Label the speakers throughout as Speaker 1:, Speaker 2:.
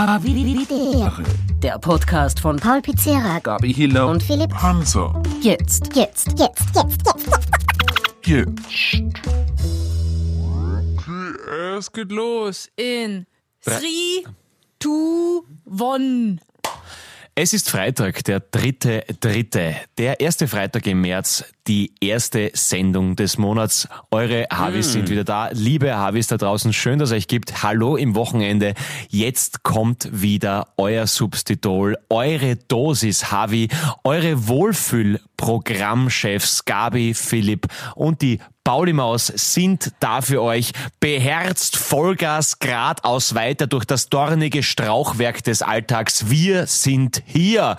Speaker 1: Havidere,
Speaker 2: Der Podcast von
Speaker 3: Paul Pizzera
Speaker 1: Gabi Hiller
Speaker 2: und Philipp
Speaker 1: Hansa.
Speaker 2: jetzt.
Speaker 3: Jetzt, jetzt, jetzt, jetzt.
Speaker 1: Hier.
Speaker 4: Es geht los.
Speaker 5: in 3, 2, 1.
Speaker 4: Es ist Freitag, der dritte, dritte. Der erste Freitag im März, die erste Sendung des Monats. Eure Havis sind wieder da. Liebe Havis da draußen, schön, dass es euch gibt. Hallo im Wochenende. Jetzt kommt wieder euer Substitut, eure Dosis Havi, eure Wohlfühlprogrammchefs Gabi, Philipp und die Pauli Maus sind da für euch. Beherzt Vollgas geradeaus weiter durch das dornige Strauchwerk des Alltags. Wir sind hier.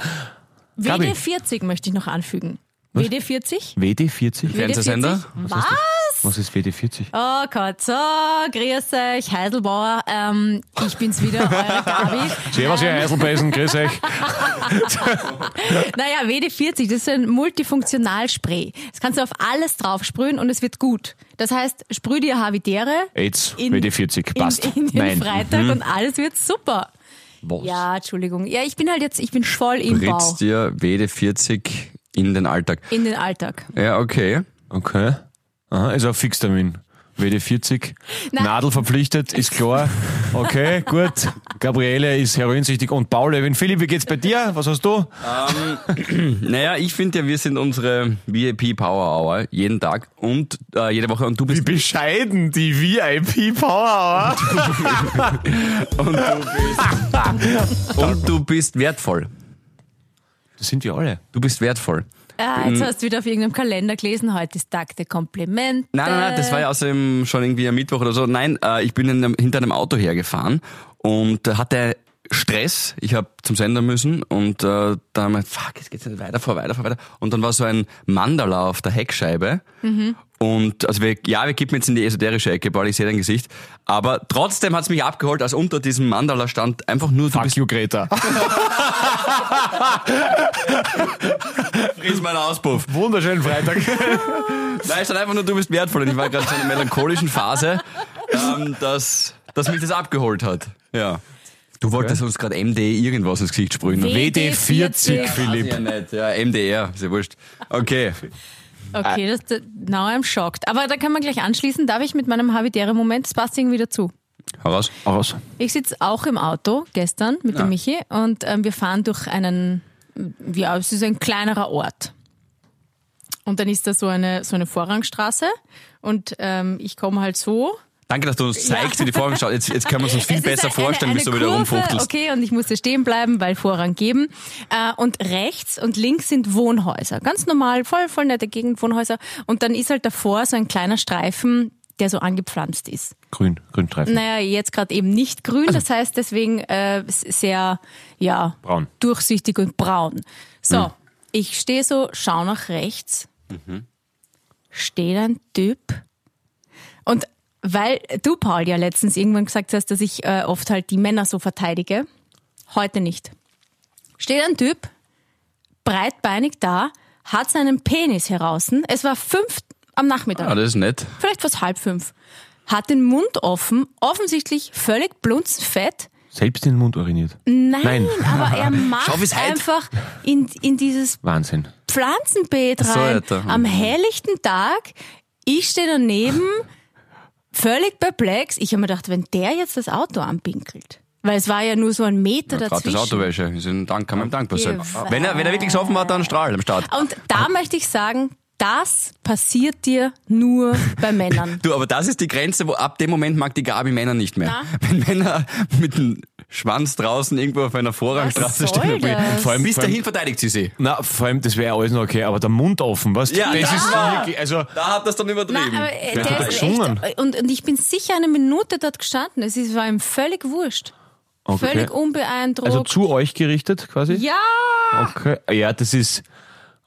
Speaker 4: Gabi.
Speaker 5: WD40 möchte ich noch anfügen. WD40?
Speaker 4: WD40?
Speaker 5: Fernsehsender? Was?
Speaker 4: Was ist WD40?
Speaker 5: Oh Gott, so, grüß euch, Heidelbauer. Ähm, ich bin's wieder, eure Gabi. Ähm,
Speaker 4: Servus, ihr Heiselbesen, grüß euch.
Speaker 5: Naja, WD40, das ist ein Multifunktionalspray. Das kannst du auf alles drauf sprühen und es wird gut. Das heißt, sprüh dir Havidere
Speaker 4: AIDS,
Speaker 5: in-
Speaker 4: WD40, passt.
Speaker 5: In, in den
Speaker 4: Nein.
Speaker 5: Freitag
Speaker 4: Mhm.
Speaker 5: und alles wird super.
Speaker 4: Was?
Speaker 5: Ja, Entschuldigung. Ja, ich bin halt jetzt, ich bin voll im Bau.
Speaker 6: spritzt dir WD40 in den Alltag.
Speaker 5: In den Alltag.
Speaker 6: Ja, okay.
Speaker 4: Okay. Aha, ist auch Fixtermin. WD40, Nadel verpflichtet, ist klar. Okay, gut. Gabriele ist heroinsüchtig und Paul Levin. Philipp, wie geht's bei dir? Was hast du?
Speaker 6: Naja, ich finde ja, wir sind unsere VIP Power Hour jeden Tag und äh, jede Woche und du bist
Speaker 4: bescheiden die VIP Power Hour.
Speaker 6: und du bist und du bist wertvoll.
Speaker 4: Das sind wir alle.
Speaker 6: Du bist wertvoll.
Speaker 5: Ah, jetzt hast du wieder auf irgendeinem Kalender gelesen, heute ist Tag der Komplimente.
Speaker 6: Nein, nein, nein, das war ja außerdem schon irgendwie am Mittwoch oder so. Nein, äh, ich bin in einem, hinter einem Auto hergefahren und äh, hatte Stress. Ich habe zum Sender müssen und äh, da haben wir, fuck, jetzt geht's nicht weiter vor, weiter vor, weiter. Und dann war so ein Mandala auf der Heckscheibe. Und also wir, ja, wir kippen jetzt in die esoterische Ecke, Paul, ich sehe dein Gesicht. Aber trotzdem hat's mich abgeholt, als unter diesem Mandala stand einfach nur, du
Speaker 4: Fuck
Speaker 6: bist
Speaker 4: you, Greta.
Speaker 6: friss meinen Auspuff.
Speaker 4: Wunderschönen Freitag.
Speaker 6: Nein, stand einfach nur, du bist wertvoll. Und ich war gerade in so einer melancholischen Phase, ähm, dass, dass mich das abgeholt hat. Ja. Du wolltest uns gerade MD irgendwas ins Gesicht sprühen.
Speaker 5: W-
Speaker 4: WD40,
Speaker 5: WD40,
Speaker 4: Philipp.
Speaker 6: Ja, nicht. Ja, MDR, E, ist ja wurscht. Okay.
Speaker 5: Okay, das, das- now I'm shocked. Aber da kann man gleich anschließen, darf ich mit meinem Habitäre-Moment, das passt irgendwie dazu.
Speaker 6: Heraus.
Speaker 4: Aus.
Speaker 5: Ich sitze auch im Auto gestern mit dem Michi und ähm, wir fahren durch einen, ja, es ist ein kleinerer Ort. Und dann ist da so eine, so eine Vorrangstraße und ähm, ich komme halt so.
Speaker 6: Danke, dass du uns zeigst, wie die Folgen schaut. Jetzt, jetzt können wir uns noch viel
Speaker 5: Es ist
Speaker 6: besser
Speaker 5: eine-
Speaker 6: vorstellen,
Speaker 5: eine,
Speaker 6: bis du
Speaker 5: eine
Speaker 6: wieder
Speaker 5: Kurve,
Speaker 6: rumfuchtelst.
Speaker 5: Okay, und ich musste stehen bleiben, weil Vorrang geben. Äh, Und rechts und links sind Wohnhäuser. Ganz normal, voll, voll nette Gegend, Wohnhäuser. Und dann ist halt davor so ein kleiner Streifen, der so angepflanzt ist.
Speaker 4: Grün, Grüntreifen.
Speaker 5: Naja, jetzt gerade eben nicht grün, das heißt deswegen äh, s- sehr, ja,
Speaker 4: Braun.
Speaker 5: durchsichtig und braun. So, ich stehe so, schau nach rechts, steht ein Typ und weil du, Paul, ja letztens irgendwann gesagt hast, dass ich äh, oft halt die Männer so verteidige, heute nicht. Steht ein Typ, breitbeinig da, hat seinen Penis heraus. Es war fünf am Nachmittag
Speaker 6: Ah, das ist nett.
Speaker 5: vielleicht was halb fünf, hat den Mund offen, offensichtlich völlig blunzenfett.
Speaker 4: Selbst in den Mund uriniert.
Speaker 5: Nein,
Speaker 4: Nein.
Speaker 5: aber er
Speaker 6: Schau, wie's
Speaker 5: macht
Speaker 6: halt.
Speaker 5: einfach in, in dieses
Speaker 4: Wahnsinn.
Speaker 5: Pflanzenbeet
Speaker 6: so,
Speaker 5: rein.
Speaker 6: Alter.
Speaker 5: am helllichten Tag, ich stehe daneben, völlig perplex. Ich habe mir gedacht, wenn der jetzt das Auto anpinkelt, weil es war ja nur so ein Meter
Speaker 6: Gratis
Speaker 5: dazwischen.
Speaker 6: Autowäsche. Wir sind dank, kann man ihm dankbar sein.
Speaker 5: Gewalt.
Speaker 6: Wenn er, wenn er wirklich so offen war, dann Strahl am Start.
Speaker 5: Und da möchte ich sagen, das passiert dir nur bei Männern.
Speaker 6: Du, aber das ist die Grenze, wo ab dem Moment mag die Gabi Männer nicht mehr. Wenn Männer mit dem Schwanz draußen irgendwo auf einer Vorrangstraße
Speaker 5: Was soll
Speaker 6: stehen.
Speaker 5: das? Vor
Speaker 4: allem-
Speaker 6: bis
Speaker 4: vor allem-
Speaker 6: dahin verteidigt sie sie.
Speaker 4: Na, vor allem, das wäre alles noch okay, aber der Mund offen, weißt du?
Speaker 6: Ja,
Speaker 4: das
Speaker 6: ja.
Speaker 4: ist wirklich, also,
Speaker 6: Da hat das dann übertrieben.
Speaker 5: Nein, aber äh,
Speaker 4: Ja.
Speaker 5: der
Speaker 4: Hat er
Speaker 5: ist
Speaker 4: gesungen?
Speaker 5: echt, äh, und, und ich bin sicher eine Minute dort gestanden. Es ist, war ihm völlig wurscht.
Speaker 4: okay.
Speaker 5: Völlig unbeeindruckt.
Speaker 4: Also zu euch gerichtet quasi?
Speaker 5: ja!
Speaker 4: Okay. Ja, das ist.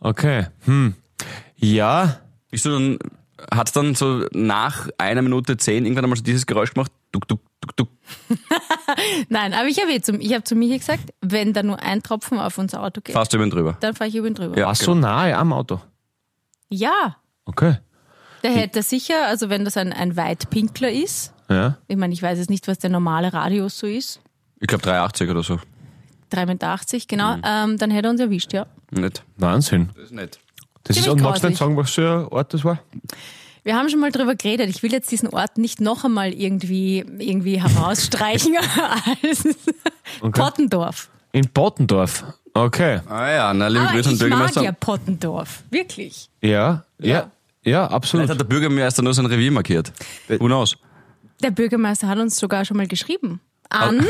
Speaker 4: Okay. Hm. Ja.
Speaker 6: Bist du dann, hat's dann so nach einer Minute zehn irgendwann einmal so dieses Geräusch gemacht? Duck, duck, duck, duck.
Speaker 5: Nein, aber ich habe eh zum, ich habe zu Michi gesagt, wenn da nur ein Tropfen auf unser Auto geht,
Speaker 6: Fast über ihn drüber.
Speaker 5: dann fahre ich über ihn drüber.
Speaker 6: Ja.
Speaker 4: War so nahe am Auto.
Speaker 5: ja
Speaker 4: genau. Okay.
Speaker 5: der hätte sicher, also wenn das ein, ein Weitpinkler ist,
Speaker 4: Ja.
Speaker 5: ich meine, ich weiß jetzt nicht, was der normale Radius so ist.
Speaker 6: Ich glaube 3,80 oder so.
Speaker 5: 3,80 Meter, genau.
Speaker 4: Mhm.
Speaker 5: Ähm, dann hätte er uns erwischt, ja.
Speaker 6: Nicht.
Speaker 4: Wahnsinn.
Speaker 6: Das ist nett.
Speaker 4: Das ist,
Speaker 5: Ziemlich
Speaker 4: und magst du nicht
Speaker 5: grauslich.
Speaker 4: sagen, was für ein Ort das war?
Speaker 5: Wir haben schon mal drüber geredet. Ich will jetzt diesen Ort nicht noch einmal irgendwie, irgendwie herausstreichen. als Pottendorf.
Speaker 4: In Bottendorf. Okay.
Speaker 6: Ah ja, na, liebe
Speaker 5: Aber
Speaker 6: Grüße an
Speaker 5: ich mag
Speaker 6: Bürgermeister.
Speaker 5: ja Pottendorf. Wirklich.
Speaker 4: Ja, ja, Also ja,
Speaker 6: Vielleicht
Speaker 4: absolut.
Speaker 6: hat der Bürgermeister nur sein Revier markiert. Who knows?
Speaker 5: Der Bürgermeister hat uns sogar schon mal geschrieben. An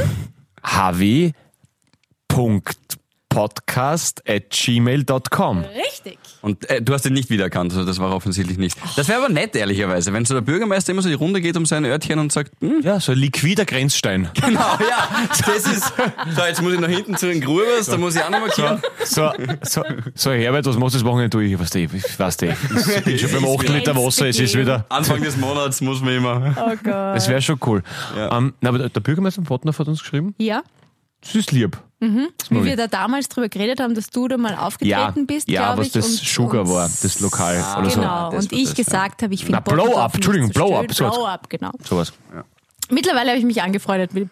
Speaker 4: hw.podcast at gmail.com.
Speaker 5: richtig.
Speaker 6: Und äh, du hast ihn nicht wiedererkannt, also das war er offensichtlich nicht. Das wäre aber nett, ehrlicherweise, wenn so der Bürgermeister immer so die Runde geht um sein Örtchen und sagt, hm,
Speaker 4: Ja, so ein liquider Grenzstein.
Speaker 6: genau, ja, das ist, so jetzt muss ich nach hinten zu den Grubers, da muss ich auch noch markieren.
Speaker 4: So, so, so Herbert, was machst du das Wochenende? Du, ich weiß nicht, ich weiß nicht. Ich bin schon beim 8 Liter Wasser, es ist wieder.
Speaker 6: Anfang des Monats muss man immer.
Speaker 5: Oh Gott.
Speaker 4: Das wäre schon cool.
Speaker 6: Ja.
Speaker 4: Ähm, na, aber der- der Bürgermeister von Bottendorf hat uns geschrieben,
Speaker 5: Ja,
Speaker 4: das ist lieb. Das
Speaker 5: wie
Speaker 4: mag ich.
Speaker 5: wir da damals drüber geredet haben, dass du da mal
Speaker 4: ja,
Speaker 5: aufgetreten bist.
Speaker 4: ja,
Speaker 5: glaub
Speaker 4: was
Speaker 5: ich,
Speaker 4: das
Speaker 5: und-
Speaker 4: Sugar
Speaker 5: und-
Speaker 4: war, Also, das Lokal oder so.
Speaker 5: Genau,
Speaker 6: Das
Speaker 5: und
Speaker 6: war
Speaker 5: ich
Speaker 6: das,
Speaker 5: gesagt habe, ich
Speaker 4: Na,
Speaker 5: finde Pottendorf
Speaker 4: Blow-up,
Speaker 5: nicht
Speaker 4: Entschuldigung,
Speaker 5: so
Speaker 4: Blow-up,
Speaker 5: schön.
Speaker 4: so hat's-
Speaker 5: Blow-up, genau.
Speaker 4: Sowas.
Speaker 5: Mittlerweile habe ich mich angefreundet mit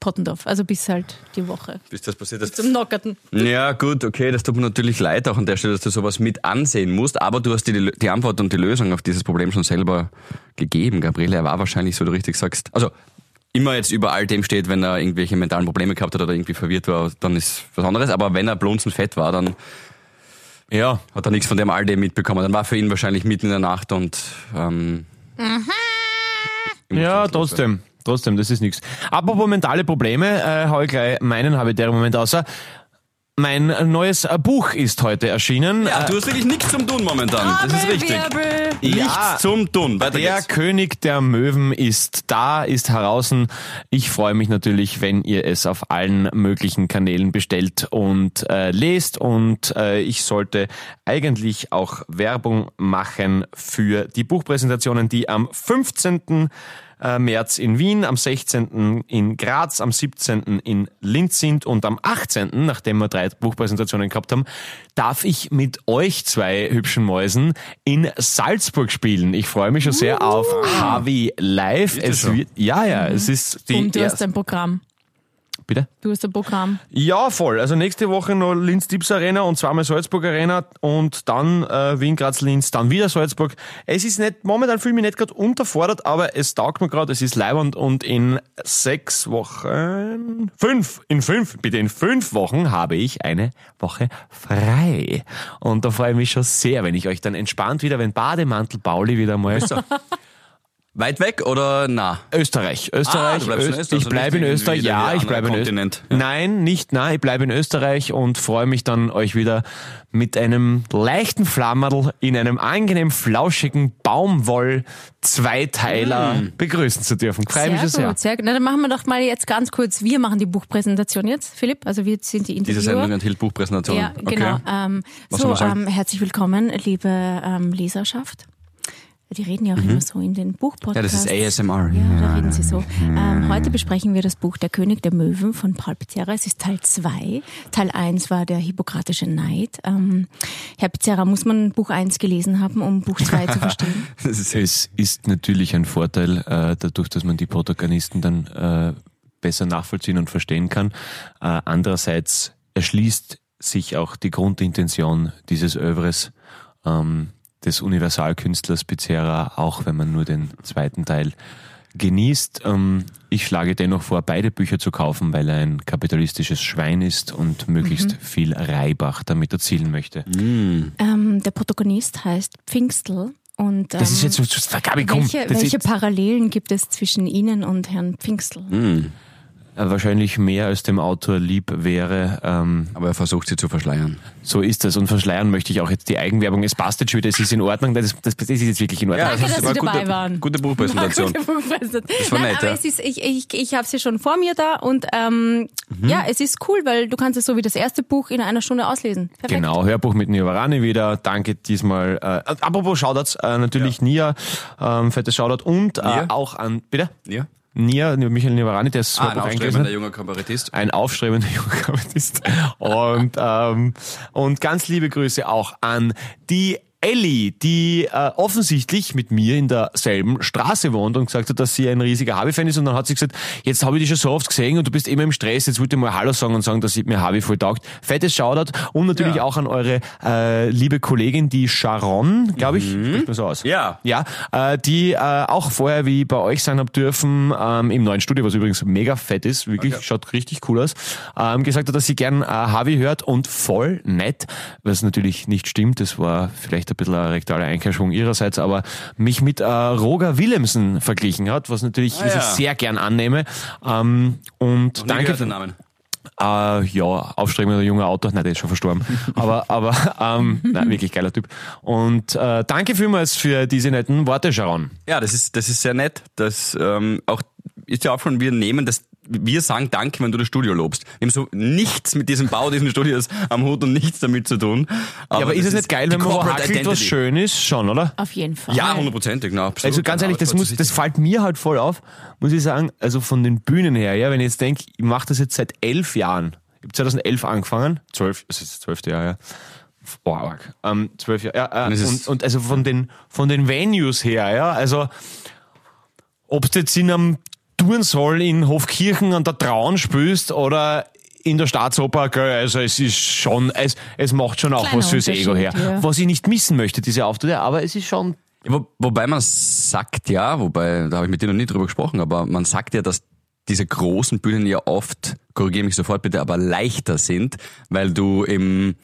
Speaker 5: Pottendorf, also bis halt die Woche.
Speaker 6: Bis das passiert ist.
Speaker 5: Zum Nockerten.
Speaker 6: Ja, gut, okay, das tut mir natürlich leid auch an der Stelle, dass du sowas mit ansehen musst, aber du hast dir die, die Antwort und die Lösung auf dieses Problem schon selber gegeben, Gabriele. Er war wahrscheinlich, so du richtig sagst, also immer jetzt über all dem steht, wenn er irgendwelche mentalen Probleme gehabt hat oder irgendwie verwirrt war, dann ist was anderes, aber wenn er blonzen fett war, dann
Speaker 4: Ja,
Speaker 6: hat er nichts von dem all dem mitbekommen. Dann war für ihn wahrscheinlich mitten in der Nacht und ähm,
Speaker 4: Ja, trotzdem. Trotzdem, das ist nichts. Apropos mentale Probleme, äh, hau ich gleich meinen habe ich der Moment außer. Mein neues äh, Buch ist heute erschienen.
Speaker 6: ja, du hast wirklich nichts zum Tun
Speaker 5: Ah,
Speaker 6: momentan. Das ist richtig.
Speaker 5: Wirbel.
Speaker 6: Nichts zum Tun. Weiter
Speaker 4: Äh, Der
Speaker 6: geht's.
Speaker 4: König der Möwen ist da, ist heraus. Ich freue mich natürlich, wenn ihr es auf allen möglichen Kanälen bestellt und äh, lest. Und äh, ich sollte eigentlich auch Werbung machen für die Buchpräsentationen, die am 15. äh, März in Wien, am 16. in Graz, am 17. in Linz sind und am 18., nachdem wir drei Buchpräsentationen gehabt haben, darf ich mit euch zwei hübschen Mäusen in Salzburg spielen. Ich freue mich schon sehr auf
Speaker 5: Uh.
Speaker 4: Harvey Live.
Speaker 6: das
Speaker 4: Es
Speaker 6: so?
Speaker 4: wird, ja, ja, es ist die
Speaker 5: Mhm. Und du hast
Speaker 4: erste-
Speaker 5: ein Programm.
Speaker 4: bitte?
Speaker 5: Du hast ein Programm.
Speaker 4: Ja, voll. Also nächste Woche noch Linz-Dips Arena und zweimal Salzburg Arena und dann äh, Wien, Graz, Linz, dann wieder Salzburg. Es ist nicht, momentan fühle ich mich nicht gerade unterfordert, aber es taugt mir gerade, es ist leibend und in sechs Wochen, fünf, in fünf, bitte in fünf Wochen habe ich eine Woche frei. Und da freue ich mich schon sehr, wenn ich euch dann entspannt wieder, wenn Bademantel Pauli wieder mal...
Speaker 6: Weit weg oder na?
Speaker 4: Österreich. Österreich.
Speaker 6: du bleibst in Österreich,
Speaker 4: Öst- ich
Speaker 6: also
Speaker 4: bleibe in
Speaker 6: nicht
Speaker 4: Österreich.
Speaker 6: irgendwie wieder
Speaker 4: Ja,
Speaker 6: in
Speaker 4: ich
Speaker 6: einem
Speaker 4: bleibe in
Speaker 6: Kontinent.
Speaker 4: Österreich. Nein, nicht, nein, ich bleibe in Österreich und freue mich dann, euch wieder mit einem leichten Flammerl in einem angenehm flauschigen Baumwoll-Zweiteiler
Speaker 6: Mm.
Speaker 4: begrüßen zu dürfen. Freue mich schon sehr.
Speaker 5: gut, sehr gut. Na, dann machen wir doch mal jetzt ganz kurz, wir machen die Buchpräsentation jetzt, Philipp. Also wir sind die
Speaker 6: Diese
Speaker 5: Interviewer.
Speaker 6: Sendung enthielt Buchpräsentationen.
Speaker 5: Ja, genau.
Speaker 6: Okay.
Speaker 5: Ähm,
Speaker 6: Was soll
Speaker 5: so,
Speaker 6: man sagen?
Speaker 5: ähm, herzlich willkommen, liebe ähm, Leserschaft. Die reden ja auch immer so in den Buchpodcasts.
Speaker 6: Mhm. Ja, das ist Mhm. ASMR.
Speaker 5: Ja, da reden sie so. Ähm, heute besprechen wir das Buch Der König der Möwen von Paul Pizzerra. Es ist Teil 2. Teil 1 war der hippokratische Neid. Ähm, Herr Pizzerra, muss man Buch 1 gelesen haben, um Buch 2 zu verstehen?
Speaker 6: Das ist
Speaker 4: Es ist natürlich ein Vorteil, äh, dadurch, dass man die Protagonisten dann äh, besser nachvollziehen und verstehen kann. Äh, andererseits erschließt sich auch die Grundintention dieses Övres ähm, des Universalkünstlers Pizzerra, auch wenn man nur den zweiten Teil genießt. Ähm, ich schlage dennoch vor, beide Bücher zu kaufen, weil er ein kapitalistisches Schwein ist und möglichst
Speaker 5: Mhm.
Speaker 4: viel Reibach damit erzielen möchte.
Speaker 5: ähm, der Protagonist heißt Pfingstl. Und, ähm,
Speaker 4: Das ist jetzt so, so Gabi, komm,
Speaker 5: welche,
Speaker 4: das
Speaker 5: welche
Speaker 4: ist,
Speaker 5: Parallelen gibt es zwischen Ihnen und Herrn Pfingstl?
Speaker 6: Hm,
Speaker 4: äh, wahrscheinlich mehr als dem Autor lieb wäre. Ähm,
Speaker 6: Aber er versucht sie zu verschleiern.
Speaker 4: so ist das. Und verschleiern möchte ich auch jetzt die Eigenwerbung. Es passt jetzt schon wieder, es ist in Ordnung. Das, das, das ist jetzt wirklich in Ordnung. Also,
Speaker 5: Danke, dass Sie dabei
Speaker 6: gute,
Speaker 5: waren.
Speaker 6: Gute Buchpräsentation.
Speaker 5: Na, gute Buchpräsentation.
Speaker 6: war
Speaker 5: Nein,
Speaker 6: nett,
Speaker 5: aber
Speaker 6: ja.
Speaker 5: es ist, ich, ich, ich habe sie schon vor mir da und ähm,
Speaker 6: Mhm.
Speaker 5: ja, es ist cool, weil du kannst es so wie das erste Buch in einer Stunde auslesen. Perfekt.
Speaker 4: Genau, Hörbuch mit Nia Varani wieder. Danke diesmal. Äh, apropos Shoutouts, äh, natürlich Nia, ähm, fettes Shoutout und äh,
Speaker 6: Nia?
Speaker 4: auch an, bitte?
Speaker 6: Ja.
Speaker 4: Nia, Michael Nia Varani, Ah, der ist
Speaker 6: Ah, ein
Speaker 4: Hörbuch eingelesen.
Speaker 6: aufstrebender junger Kabarettist.
Speaker 4: ein aufstrebender junger Kabarettist. Und, ähm, und ganz liebe Grüße auch an die Ellie, die äh, offensichtlich mit mir in derselben Straße wohnt und gesagt hat, dass sie ein riesiger Harvey-Fan ist. Und dann hat sie gesagt, jetzt habe ich dich schon so oft gesehen und du bist immer im Stress, jetzt wollte ich mal Hallo sagen und sagen, dass ich mir Harvey voll taugt. Fettes Shoutout und natürlich
Speaker 6: Ja.
Speaker 4: auch an eure äh, liebe Kollegin, die Sharon, glaube ich, spricht man so aus.
Speaker 6: Mhm. Ja.
Speaker 4: Ja, äh, die äh, auch vorher, wie ich bei euch sein hab dürfen, ähm, im neuen Studio, was übrigens mega fett ist, wirklich, schaut richtig cool aus, ähm, gesagt hat, dass sie gern äh, Harvey hört und voll nett, was natürlich nicht stimmt, das war vielleicht ein bisschen eine rektale Einkehrschwung ihrerseits, aber mich mit äh, Roger Willemsen verglichen hat, was natürlich
Speaker 6: Ah,
Speaker 4: was
Speaker 6: ja.
Speaker 4: ich sehr gern annehme. Ähm, und
Speaker 6: Danke
Speaker 4: danke,
Speaker 6: für den Namen.
Speaker 4: äh, ja, aufstrebender junger Autor. Nein, der ist schon verstorben. aber aber ähm, nein, wirklich geiler Typ. Und äh, danke vielmals für diese netten Worte, Sharon.
Speaker 6: Ja, das ist, das ist sehr nett. Das ähm, auch ist ja auch schon, wir nehmen das, wir sagen Danke, wenn du das Studio lobst. Wir haben so nichts mit diesem Bau dieses Studios am Hut und nichts damit zu tun.
Speaker 4: Ja, aber ist
Speaker 6: das
Speaker 4: es nicht geil,
Speaker 6: die
Speaker 4: wenn man wo
Speaker 6: Corporate
Speaker 4: hakelt, was
Speaker 6: Identity.
Speaker 4: schön ist? Schon, oder?
Speaker 5: Auf jeden Fall.
Speaker 6: Ja, hundertprozentig, na, absolut.
Speaker 4: Also ganz
Speaker 6: Na,
Speaker 4: ehrlich, das,
Speaker 6: aber
Speaker 4: muss, das fällt mir halt voll auf, muss ich sagen, also von den Bühnen her, ja, wenn ich jetzt denke, ich mache das jetzt seit elf Jahren. Ich habe 2011 angefangen, zwölf, das ist das zwölfte Jahr, ja. Boah, arg. Ähm, zwölf Jahre, ja,
Speaker 6: Und
Speaker 4: äh,
Speaker 6: es
Speaker 4: und,
Speaker 6: ist-
Speaker 4: und also von den, von den Venues her, ja, also ob du jetzt in einem Turnsaal in Hofkirchen an der Traun spielst oder in der Staatsoper, gell, also es ist schon, es, es macht schon auch
Speaker 5: Kleiner
Speaker 4: was fürs Ego her.
Speaker 5: Unterschied, ja.
Speaker 4: Was ich nicht missen möchte, diese Auftritte, aber es ist schon
Speaker 6: Wo, wobei man sagt ja, wobei, da habe ich mit dir noch nie drüber gesprochen, aber man sagt ja, dass diese großen Bühnen ja oft, korrigiere mich sofort bitte, aber leichter sind, weil du im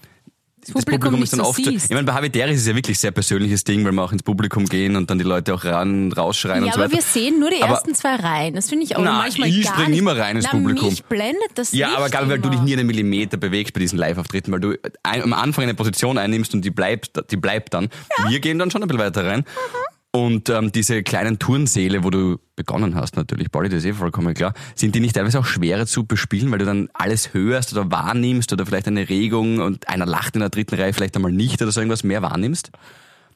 Speaker 6: das
Speaker 5: Publikum
Speaker 6: Publikum
Speaker 5: nicht
Speaker 6: ist dann
Speaker 5: so
Speaker 6: oft.
Speaker 5: siehst.
Speaker 6: Ich meine, bei Habitäre ist es ja wirklich ein sehr persönliches Ding, weil man auch ins Publikum gehen und dann die Leute auch ran, rausschreien
Speaker 5: Ja,
Speaker 6: und so
Speaker 5: aber
Speaker 6: weiter.
Speaker 5: wir sehen nur die
Speaker 6: Aber-
Speaker 5: ersten zwei Reihen. Das finde ich auch
Speaker 6: Na,
Speaker 5: manchmal
Speaker 6: ich
Speaker 5: gar
Speaker 6: spring
Speaker 5: nicht.
Speaker 6: immer rein ins
Speaker 5: Na,
Speaker 6: Publikum.
Speaker 5: Mich blendet das
Speaker 6: ja,
Speaker 5: nicht
Speaker 6: aber glaube ich, weil du
Speaker 5: immer.
Speaker 6: dich nie einen Millimeter bewegst bei diesen Live-Auftritten, weil du ein, am Anfang eine Position einnimmst und die bleibt, die bleibt dann. Wir gehen dann schon ein bisschen weiter rein. Und ähm, diese kleinen Turnsäle, wo du begonnen hast, natürlich, Pauli, das ist eh vollkommen klar, sind die nicht teilweise auch schwerer zu bespielen, weil du dann alles hörst oder wahrnimmst oder vielleicht eine Regung und einer lacht in der dritten Reihe vielleicht einmal nicht oder so irgendwas mehr wahrnimmst?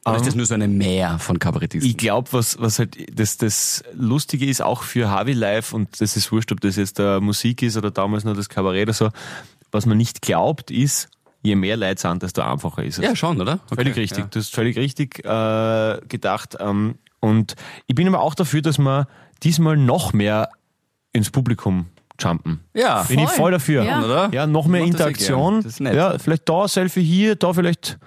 Speaker 6: Oder ist das nur so eine Mehr von Kabarettisten?
Speaker 4: Ähm. Ich glaube, was, was halt das, das Lustige ist, auch für Harvey Live, und das ist wurscht, ob das jetzt äh, Musik ist oder damals nur das Kabarett oder so, was man nicht glaubt, ist, je mehr Leute sind, desto einfacher ist es.
Speaker 6: ja, schon, oder? Okay,
Speaker 4: Völlig richtig.
Speaker 6: ja.
Speaker 4: Du hast völlig richtig äh, gedacht. Ähm, und ich bin aber auch dafür, dass wir diesmal noch mehr ins Publikum jumpen.
Speaker 6: Ja.
Speaker 4: Bin ich
Speaker 5: Voll.
Speaker 4: voll dafür.
Speaker 5: Ja.
Speaker 6: Oder?
Speaker 4: Ja, noch mehr
Speaker 6: Ich mach das eh
Speaker 4: Interaktion.
Speaker 6: gern. Das ist nett.
Speaker 4: Ja, vielleicht da Selfie hier, da vielleicht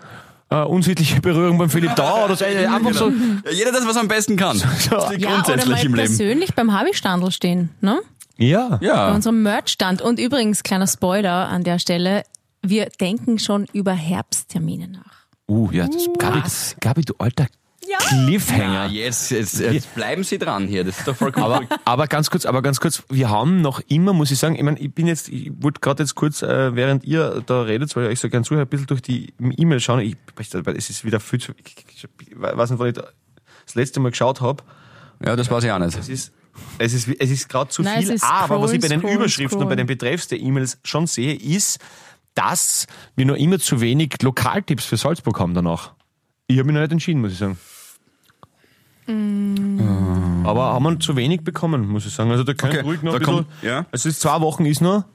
Speaker 4: äh, unsittliche Berührung beim Philipp da oder so. Äh, Einfach so.
Speaker 6: Ja, jeder das, was er am besten kann. Das ist
Speaker 5: ja, oder mal persönlich beim Habi-Standel stehen, ne?
Speaker 4: Ja.
Speaker 5: Bei
Speaker 6: Ja.
Speaker 5: unserem Merch-Stand. Und übrigens, kleiner Spoiler an der Stelle, wir denken schon über Herbsttermine nach.
Speaker 4: Uh, ja, das Gabi, Gabi, du alter Cliffhanger.
Speaker 6: Ja, jetzt, jetzt, jetzt bleiben Sie dran hier. Das ist doch vollkommen
Speaker 4: Aber, aber ganz kurz, aber ganz kurz, wir haben noch immer, muss ich sagen, ich meine, ich bin jetzt, ich wollte gerade jetzt kurz, äh, während ihr da redet, weil ich euch so gern zuhört, ein bisschen durch die E-Mail schauen. Ich, weil es ist wieder viel zu, ich, ich, ich weiß nicht, wann ich da das letzte Mal geschaut habe.
Speaker 6: Ja, das weiß ich auch nicht.
Speaker 4: Es ist, es ist, es ist gerade zu
Speaker 5: Nein,
Speaker 4: viel,
Speaker 5: es ist
Speaker 4: aber was ich bei den
Speaker 5: scrollen,
Speaker 4: Überschriften und bei
Speaker 5: scrollen.
Speaker 4: den Betreffs der E-Mails schon sehe, ist, dass wir noch immer zu wenig Lokaltipps für Salzburg haben danach. Ich habe mich noch nicht entschieden, muss ich sagen.
Speaker 5: Mm.
Speaker 4: Aber haben wir zu wenig bekommen, muss ich sagen. Also da können
Speaker 6: Okay,
Speaker 4: ruhig noch ein
Speaker 6: da
Speaker 4: bisschen, Also
Speaker 6: kommt- ja.
Speaker 4: Es ist zwei Wochen ist noch.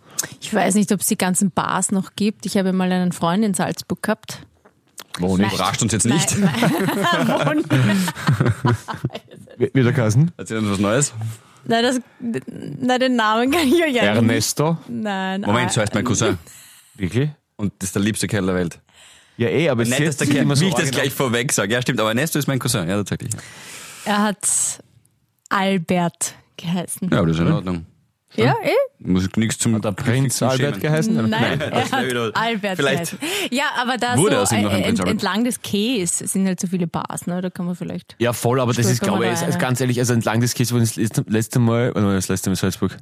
Speaker 5: Ich weiß nicht, ob es die ganzen Bars noch gibt. Ich habe mal einen Freund in Salzburg gehabt.
Speaker 6: Wo
Speaker 5: nicht?
Speaker 6: Überrascht uns jetzt nicht.
Speaker 5: Nein, nein. Wo nicht?
Speaker 4: Wieder Kassen.
Speaker 6: Erzähl uns was Neues.
Speaker 5: nein, das, nein, den Namen kann ich euch ja nicht.
Speaker 4: Ernesto.
Speaker 5: Nein.
Speaker 6: Moment,
Speaker 5: ah,
Speaker 6: so heißt mein Cousin.
Speaker 4: Wirklich?
Speaker 6: Und das ist der liebste Kerl der Welt.
Speaker 4: Ja, eh, aber es ist
Speaker 6: Nett, dass
Speaker 4: jetzt
Speaker 6: der
Speaker 4: nicht
Speaker 6: Kerl,
Speaker 4: immer so
Speaker 6: wie ich das
Speaker 4: original.
Speaker 6: gleich vorweg sage. Ja, stimmt, aber Ernesto ist mein Cousin. Ja, tatsächlich.
Speaker 5: Er hat Albert geheißen.
Speaker 6: Ja, aber das ist in Ordnung.
Speaker 5: Ja, eh?
Speaker 6: Muss nichts zum
Speaker 4: Der Prinz Albert geheißen?
Speaker 5: Nein,
Speaker 6: das
Speaker 5: er
Speaker 6: wär wieder-
Speaker 5: hat Albert
Speaker 6: vielleicht-
Speaker 5: geheißen. Ja, aber da
Speaker 6: Wurde
Speaker 5: so
Speaker 6: aus ihm noch ein
Speaker 5: äh,
Speaker 6: Prinz
Speaker 5: ent,
Speaker 6: Albert.
Speaker 5: entlang des Kees sind halt so viele Bars, ne? Da kann man vielleicht.
Speaker 4: Ja, voll, aber das
Speaker 5: Stolpern
Speaker 4: ist,
Speaker 5: wir
Speaker 4: glaube ich,
Speaker 5: da
Speaker 4: ist,
Speaker 5: rein.
Speaker 4: ist ganz ehrlich, also entlang des Kies, wo ich das letzte, letzte Mal, warte mal, das letzte Mal in Salzburg.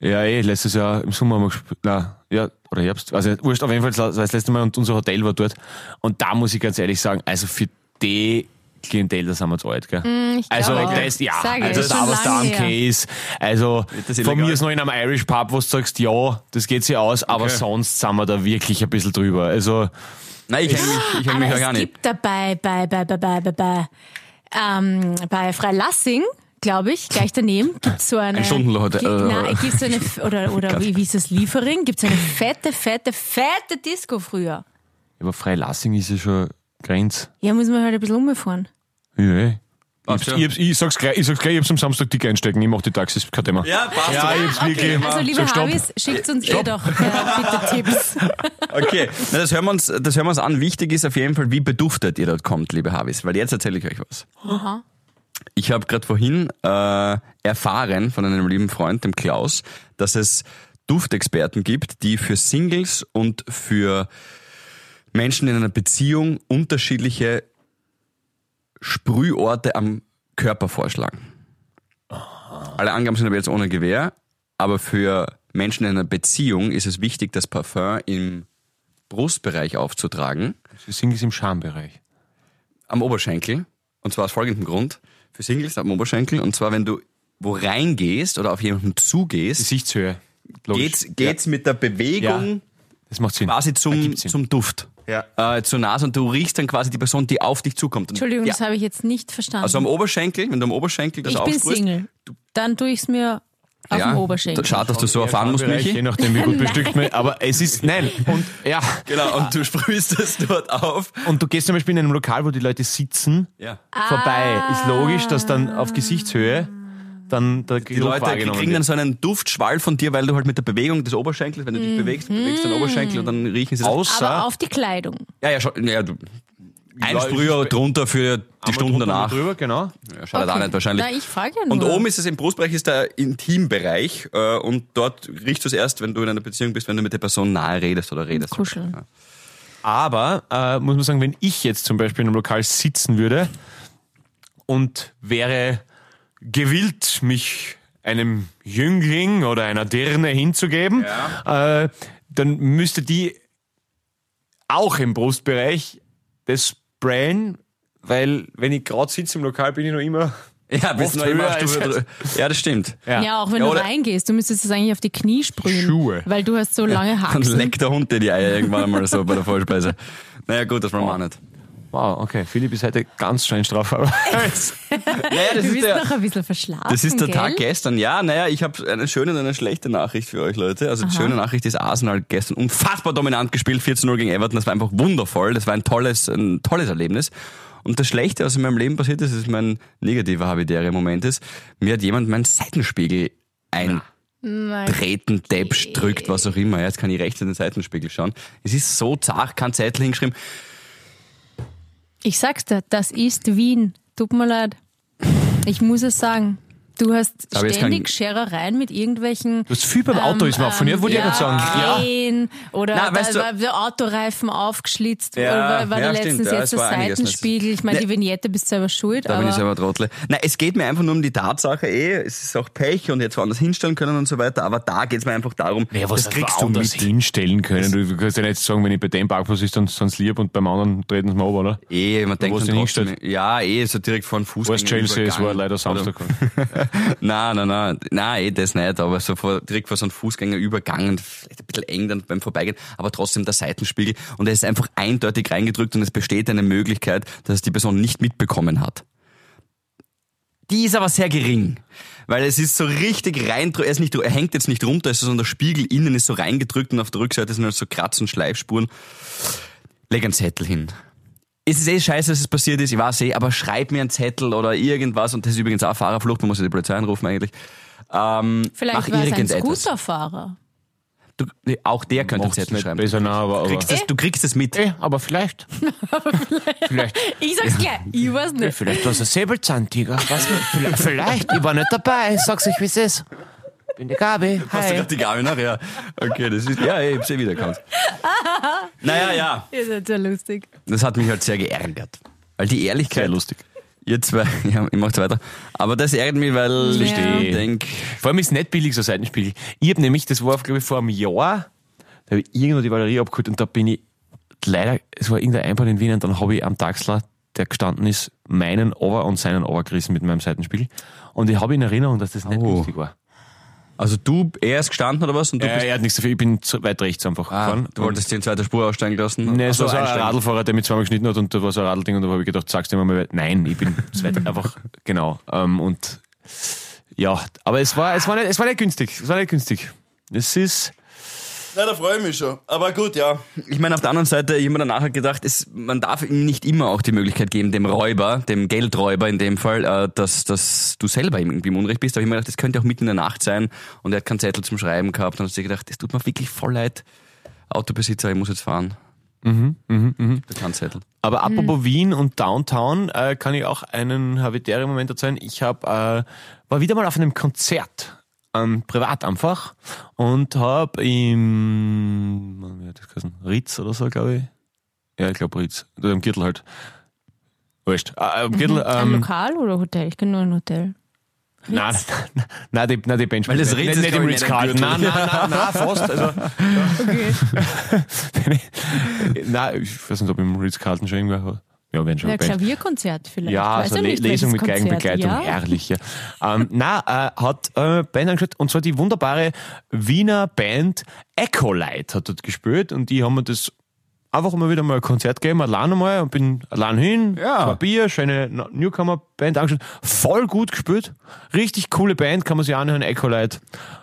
Speaker 4: Ja, eh, letztes Jahr im Sommer haben wir gespielt, nein, ja, oder Herbst, also wurscht, auf jeden Fall, das war das letzte Mal und unser Hotel war dort. Und da muss ich ganz ehrlich sagen, also für die Klientel, da sind wir zu alt, gell?
Speaker 5: Mm, Ich
Speaker 4: also,
Speaker 5: glaub,
Speaker 4: das, ja,
Speaker 5: sag ich,
Speaker 4: also
Speaker 5: ist
Speaker 4: da
Speaker 5: schon
Speaker 4: was da am
Speaker 5: lange her.
Speaker 4: Case, also
Speaker 6: das
Speaker 4: von
Speaker 6: illegal?
Speaker 4: mir ist noch in einem Irish Pub, wo du sagst, ja, das geht sich aus, aber
Speaker 6: Okay.
Speaker 4: sonst sind wir da wirklich ein bisschen drüber. Also,
Speaker 6: Nein, ich hänge mich, ich häng
Speaker 5: Aber
Speaker 6: mich ja
Speaker 5: es
Speaker 6: gar nicht.
Speaker 5: gibt dabei bei bei bei bei bei bei ähm, bei Freilassing, glaube ich, gleich daneben gibt es so eine
Speaker 6: Ein äh, Stundenlohn-
Speaker 5: Gibt, nein, gibt's so eine oder oder wie, wie ist das Liefering? Gibt es eine fette, fette, fette Disco früher?
Speaker 4: aber Freilassing ist ja schon Grenz.
Speaker 5: Ja, muss man halt ein bisschen umfahren.
Speaker 4: Ja. eh.
Speaker 6: Ach
Speaker 4: Ich,
Speaker 6: so.
Speaker 4: ich, hab's- ich sag's gleich, ich sag's gleich, ich hab's am Samstag dick einstecken, ich mach die Taxis, kein Thema.
Speaker 6: Ja, passt.
Speaker 4: Ja, ich hab's wirklich.
Speaker 5: Also liebe
Speaker 4: Sag, stopp.
Speaker 5: Harvis, schickt uns eh doch äh, bitte Tipps.
Speaker 6: Okay, Na, das, hören wir uns, das hören wir uns an. Wichtig ist auf jeden Fall, wie beduftet ihr dort kommt, liebe Havis, weil jetzt erzähle ich euch was. Ich habe gerade vorhin äh, erfahren von einem lieben Freund, dem Klaus, dass es Duftexperten gibt, die für Singles und für Menschen in einer Beziehung unterschiedliche Sprühorte am Körper vorschlagen. Alle Angaben sind aber jetzt ohne Gewehr, aber für Menschen in einer Beziehung ist es wichtig, das Parfum im Brustbereich aufzutragen,
Speaker 4: Sie singen es im Schambereich.
Speaker 6: am Oberschenkel. Und zwar aus folgendem Grund. Für Singles am Oberschenkel. Und zwar, wenn du wo reingehst oder auf jemanden zugehst,
Speaker 4: Gesichtshöhe. Logisch.
Speaker 6: geht's, geht's mit der Bewegung
Speaker 4: Ja. Das macht Sinn.
Speaker 6: quasi zum,
Speaker 4: Ergibt Sinn.
Speaker 6: zum Duft. Äh, zur Nase und du riechst dann quasi die Person, die auf dich zukommt. Und-
Speaker 5: Entschuldigung,
Speaker 6: ja.
Speaker 5: das habe ich jetzt nicht verstanden.
Speaker 6: Also am Oberschenkel, wenn du am Oberschenkel das
Speaker 5: ich bin
Speaker 6: aufsprühst.
Speaker 5: Single. Dann tue ich es mir auf
Speaker 6: ja,
Speaker 5: dem Oberschenkel.
Speaker 6: Schade, dass du so
Speaker 4: Ja,
Speaker 6: erfahren musst,
Speaker 4: Schambereich, Je
Speaker 6: Michi.
Speaker 4: nachdem, wie gut bestückt man, aber es ist, nein, und, ja.
Speaker 6: Genau, und du sprühst es dort auf.
Speaker 4: Und du gehst zum Beispiel in einem Lokal, wo die Leute sitzen,
Speaker 6: Ja.
Speaker 4: vorbei. Ist logisch, dass dann auf Gesichtshöhe dann der
Speaker 6: Die Leute kriegen dann so einen Duftschwall von dir, weil du halt mit der Bewegung des Oberschenkels, wenn du dich bewegst, bewegst den Oberschenkel und dann riechen sie das.
Speaker 5: Mhm. Aber
Speaker 4: außer
Speaker 5: auf die Kleidung.
Speaker 6: Ja, ja, schon. Ja, du, ein
Speaker 4: Ja,
Speaker 6: Sprüher
Speaker 4: ist-
Speaker 6: drunter für die Stunden danach.
Speaker 4: Drüber, genau.
Speaker 6: Ja, schadet auch
Speaker 5: Okay.
Speaker 6: nicht wahrscheinlich.
Speaker 5: Na, ich frage ja nur.
Speaker 6: und oben ist es im Brustbereich, ist der Intimbereich äh, und dort riechst du es erst, wenn du in einer Beziehung bist, wenn du mit der Person nahe redest oder redest.
Speaker 5: Kuscheln.
Speaker 6: Ja.
Speaker 4: Aber äh, muss man sagen, wenn ich jetzt zum Beispiel in einem Lokal sitzen würde und wäre gewillt, mich einem Jüngling oder einer Dirne hinzugeben, äh, dann müsste die auch im Brustbereich das sprayen, weil wenn ich gerade sitze im Lokal, bin ich noch immer...
Speaker 6: Ja, bist
Speaker 4: Oft
Speaker 6: noch immer
Speaker 4: höher
Speaker 6: auf Stufe
Speaker 4: als-
Speaker 6: drü- Ja, das stimmt.
Speaker 5: Ja, auch wenn
Speaker 6: Ja,
Speaker 5: du
Speaker 6: oder-
Speaker 5: reingehst, du müsstest es eigentlich auf die Knie sprühen.
Speaker 4: Schuhe.
Speaker 5: Weil du hast so lange
Speaker 6: Dann
Speaker 5: Haxen.
Speaker 6: leckt der Hund dir die Eier irgendwann einmal so bei der Vorspeise. Naja, gut, das wollen wir auch nicht.
Speaker 4: Wow, okay, Philipp ist heute ganz schön straff. aber-
Speaker 6: Naja, das
Speaker 5: Du
Speaker 6: ist
Speaker 5: bist
Speaker 6: der,
Speaker 5: noch ein bisschen verschlafen.
Speaker 6: Das ist der
Speaker 5: gell?
Speaker 6: Tag gestern. Ja, naja, ich habe eine schöne und eine schlechte Nachricht für euch, Leute. Also die schöne Nachricht ist, Arsenal gestern unfassbar dominant gespielt, 14-0 gegen Everton. Das war einfach wundervoll. Das war ein tolles, ein tolles Erlebnis. Und das Schlechte, was in meinem Leben passiert ist, ist mein negativer habitärer Moment ist, mir hat jemand meinen Seitenspiegel eintreten, Depp drückt, was auch immer. Ja, Jetzt kann ich rechts in den Seitenspiegel schauen. Es ist so zart, kein Zettel hingeschrieben.
Speaker 5: Ich sag's dir, das ist Wien. Tut mir leid. Ich muss es sagen. Du hast
Speaker 6: Aber jetzt
Speaker 5: ständig
Speaker 6: kann-
Speaker 5: Scherereien mit irgendwelchen. ähm,
Speaker 4: Du hast viel beim Auto ist mir aufgefallen, ja, wollte ich
Speaker 5: ja,
Speaker 4: gerade sagen. Ja.
Speaker 5: Krähen Oder
Speaker 6: Na,
Speaker 5: da
Speaker 6: weißt du-
Speaker 5: war der Autoreifen aufgeschlitzt.
Speaker 6: Ja,
Speaker 5: oder war, war
Speaker 6: ja,
Speaker 5: da
Speaker 6: stimmt,
Speaker 5: letztens
Speaker 6: ja,
Speaker 5: jetzt
Speaker 6: es
Speaker 5: der
Speaker 6: war einiges.
Speaker 5: Seitenspiegel. Ich meine,
Speaker 6: Ne.
Speaker 5: die Vignette bist selber schuld.
Speaker 6: Da
Speaker 5: aber
Speaker 6: bin ich selber Trottel. Nein, es geht mir einfach nur um die Tatsache, eh, es ist auch Pech und jetzt woanders hinstellen können und so weiter, aber da geht's mir einfach darum,
Speaker 4: Ja, was
Speaker 6: das kriegst du
Speaker 4: anders
Speaker 6: mit.
Speaker 4: hinstellen können. Du kannst ja nicht sagen, wenn ich bei dem Parkplatz ist, dann sonst lieb und beim anderen treten sie mir ab, oder?
Speaker 6: Eh, man denkt
Speaker 4: hast
Speaker 6: dann
Speaker 4: du ihn
Speaker 6: trotzdem, ja, eh, so direkt vor den Fuß.
Speaker 4: West Chelsea, es war leider Samstag.
Speaker 6: Nein, nein, nein, nein, eh, das nicht, aber so vor, direkt vor so einem Fußgängerübergang und vielleicht ein bisschen eng dann beim Vorbeigehen, aber trotzdem der Seitenspiegel und er ist einfach eindeutig reingedrückt und es besteht eine Möglichkeit, dass es die Person nicht mitbekommen hat. Die ist aber sehr gering. Weil es ist so richtig rein, er, ist nicht, er hängt jetzt nicht runter, es ist so der Spiegel innen ist so reingedrückt und auf der Rückseite sind halt so Kratz- und Schleifspuren. Leg einen Zettel hin. Es ist eh scheiße, dass es passiert ist, ich weiß eh, aber schreib mir einen Zettel oder irgendwas. Und das ist übrigens auch Fahrerflucht, man muss ja die Polizei anrufen eigentlich. Ähm, mach
Speaker 5: vielleicht war es ein
Speaker 6: irgendetwas.
Speaker 5: Scooterfahrer.
Speaker 6: Du, nee, auch der könnte einen Zettel schreiben.
Speaker 4: Besser nein, aber,
Speaker 6: Du
Speaker 4: aber,
Speaker 6: kriegst, das, du kriegst das mit.
Speaker 4: eh, aber vielleicht. vielleicht.
Speaker 5: Ich sag's gleich. Ich weiß nicht.
Speaker 4: Vielleicht war es ein Säbelzahntiger. Was, vielleicht, vielleicht. Ich war nicht dabei. Sag's euch, wie es ist. Bin die Gabi.
Speaker 6: Hast du gerade die Gabe nach? Ja. Okay, das ist, ja, ich hab's eh wiederkannt. Naja, ja.
Speaker 5: Ihr seid ja lustig.
Speaker 6: Das hat mich halt sehr geärgert. Weil die Ehrlichkeit. Sehr lustig. Ihr zwei, ja, ich mach's weiter. Aber das ärgert mich, weil
Speaker 5: Verstehe.
Speaker 6: ich denk,
Speaker 4: Vor allem ist nicht billig, so Seitenspiegel. Ich habe nämlich, das war, glaube ich, vor einem Jahr, da habe ich irgendwo die Valerie abgeholt und da bin ich leider, es war irgendein Einbahn in Wien und dann habe ich am Taxler, der gestanden ist, meinen Ober und seinen Ober gerissen mit meinem Seitenspiegel. Und ich habe in Erinnerung, dass das nicht
Speaker 6: Oh.
Speaker 4: günstig war.
Speaker 6: also du, er ist gestanden oder was? Und du
Speaker 4: Äh,
Speaker 6: bist,
Speaker 4: er hat nichts dafür, ich bin zu weit rechts einfach
Speaker 6: ah,
Speaker 4: gefahren.
Speaker 6: du wolltest dir in zweiter Spur aussteigen lassen?
Speaker 4: Nee, es
Speaker 6: Ach ah,
Speaker 4: war so ein
Speaker 6: einsteigen.
Speaker 4: Radlfahrer, der mich zweimal geschnitten hat und da war so ein Radlding und da habe ich gedacht, sagst du mir mal, nein, ich bin zu weit einfach, genau. Ähm, und ja, aber es war, es war nicht, es war nicht günstig, es war nicht günstig. Es ist,
Speaker 6: Na, da freue ich mich schon. Aber gut, ja. Ich meine, auf der anderen Seite, ich habe mir danach halt gedacht, es, man darf ihm nicht immer auch die Möglichkeit geben, dem Räuber, dem Geldräuber in dem Fall, äh, dass, dass du selber ihm irgendwie im Unrecht bist. Aber ich habe mir gedacht, das könnte auch mitten in der Nacht sein und er hat keinen Zettel zum Schreiben gehabt. Und hat sich gedacht, das tut mir wirklich voll leid. Autobesitzer, ich muss jetzt fahren. Mhm, mhm, mhm. Der keinen Zettel.
Speaker 4: Aber
Speaker 5: Hm.
Speaker 4: apropos Wien und Downtown, äh, kann ich auch einen habitären Moment erzählen. Ich hab, äh, war wieder mal auf einem Konzert, ähm, privat einfach, und habe im Mann, wie hat das geheißen? Ritz oder so, glaube ich. Ja, ich glaube Ritz. Oder im Gürtel halt. Wurscht. Äh, im Gürtel,
Speaker 5: Ein
Speaker 4: ähm,
Speaker 5: Mhm. Lokal oder Hotel? Ich kenne nur ein Hotel.
Speaker 4: nein, nein, nein, die, nein, die Benchmark.
Speaker 6: Weil das Ritz ist,
Speaker 4: nicht, nicht im
Speaker 6: glaub ich, nicht
Speaker 4: Ritz
Speaker 6: im
Speaker 4: Carlton.
Speaker 6: Gürtel.
Speaker 4: Nein, nein, nein, nein, fast. Also,
Speaker 5: Okay.
Speaker 4: nein, ich weiß nicht, ob im Ritz Carlton schon irgendwer war. Ja, wenn schon.
Speaker 5: Ja,
Speaker 4: Benchmark.
Speaker 5: Klavierkonzert vielleicht.
Speaker 4: Ja,
Speaker 6: also
Speaker 5: Weiß
Speaker 4: so
Speaker 5: ja
Speaker 4: Le
Speaker 5: nicht,
Speaker 4: Lesung mit
Speaker 5: welches Konzert.
Speaker 4: Geigenbegleitung,
Speaker 5: Ja.
Speaker 4: herrlich. Ja. Ähm, na, äh, hat äh, Band angeschaut, und zwar die wunderbare Wiener Band Echolite hat dort gespielt und die haben mir das einfach immer wieder mal ein Konzert gegeben, allein einmal und bin allein hin,
Speaker 6: Ja.
Speaker 4: zwei Bier, schöne No- Newcomer-Band angeschaut, voll gut gespielt, richtig coole Band, kann man sich anhören, Echolite.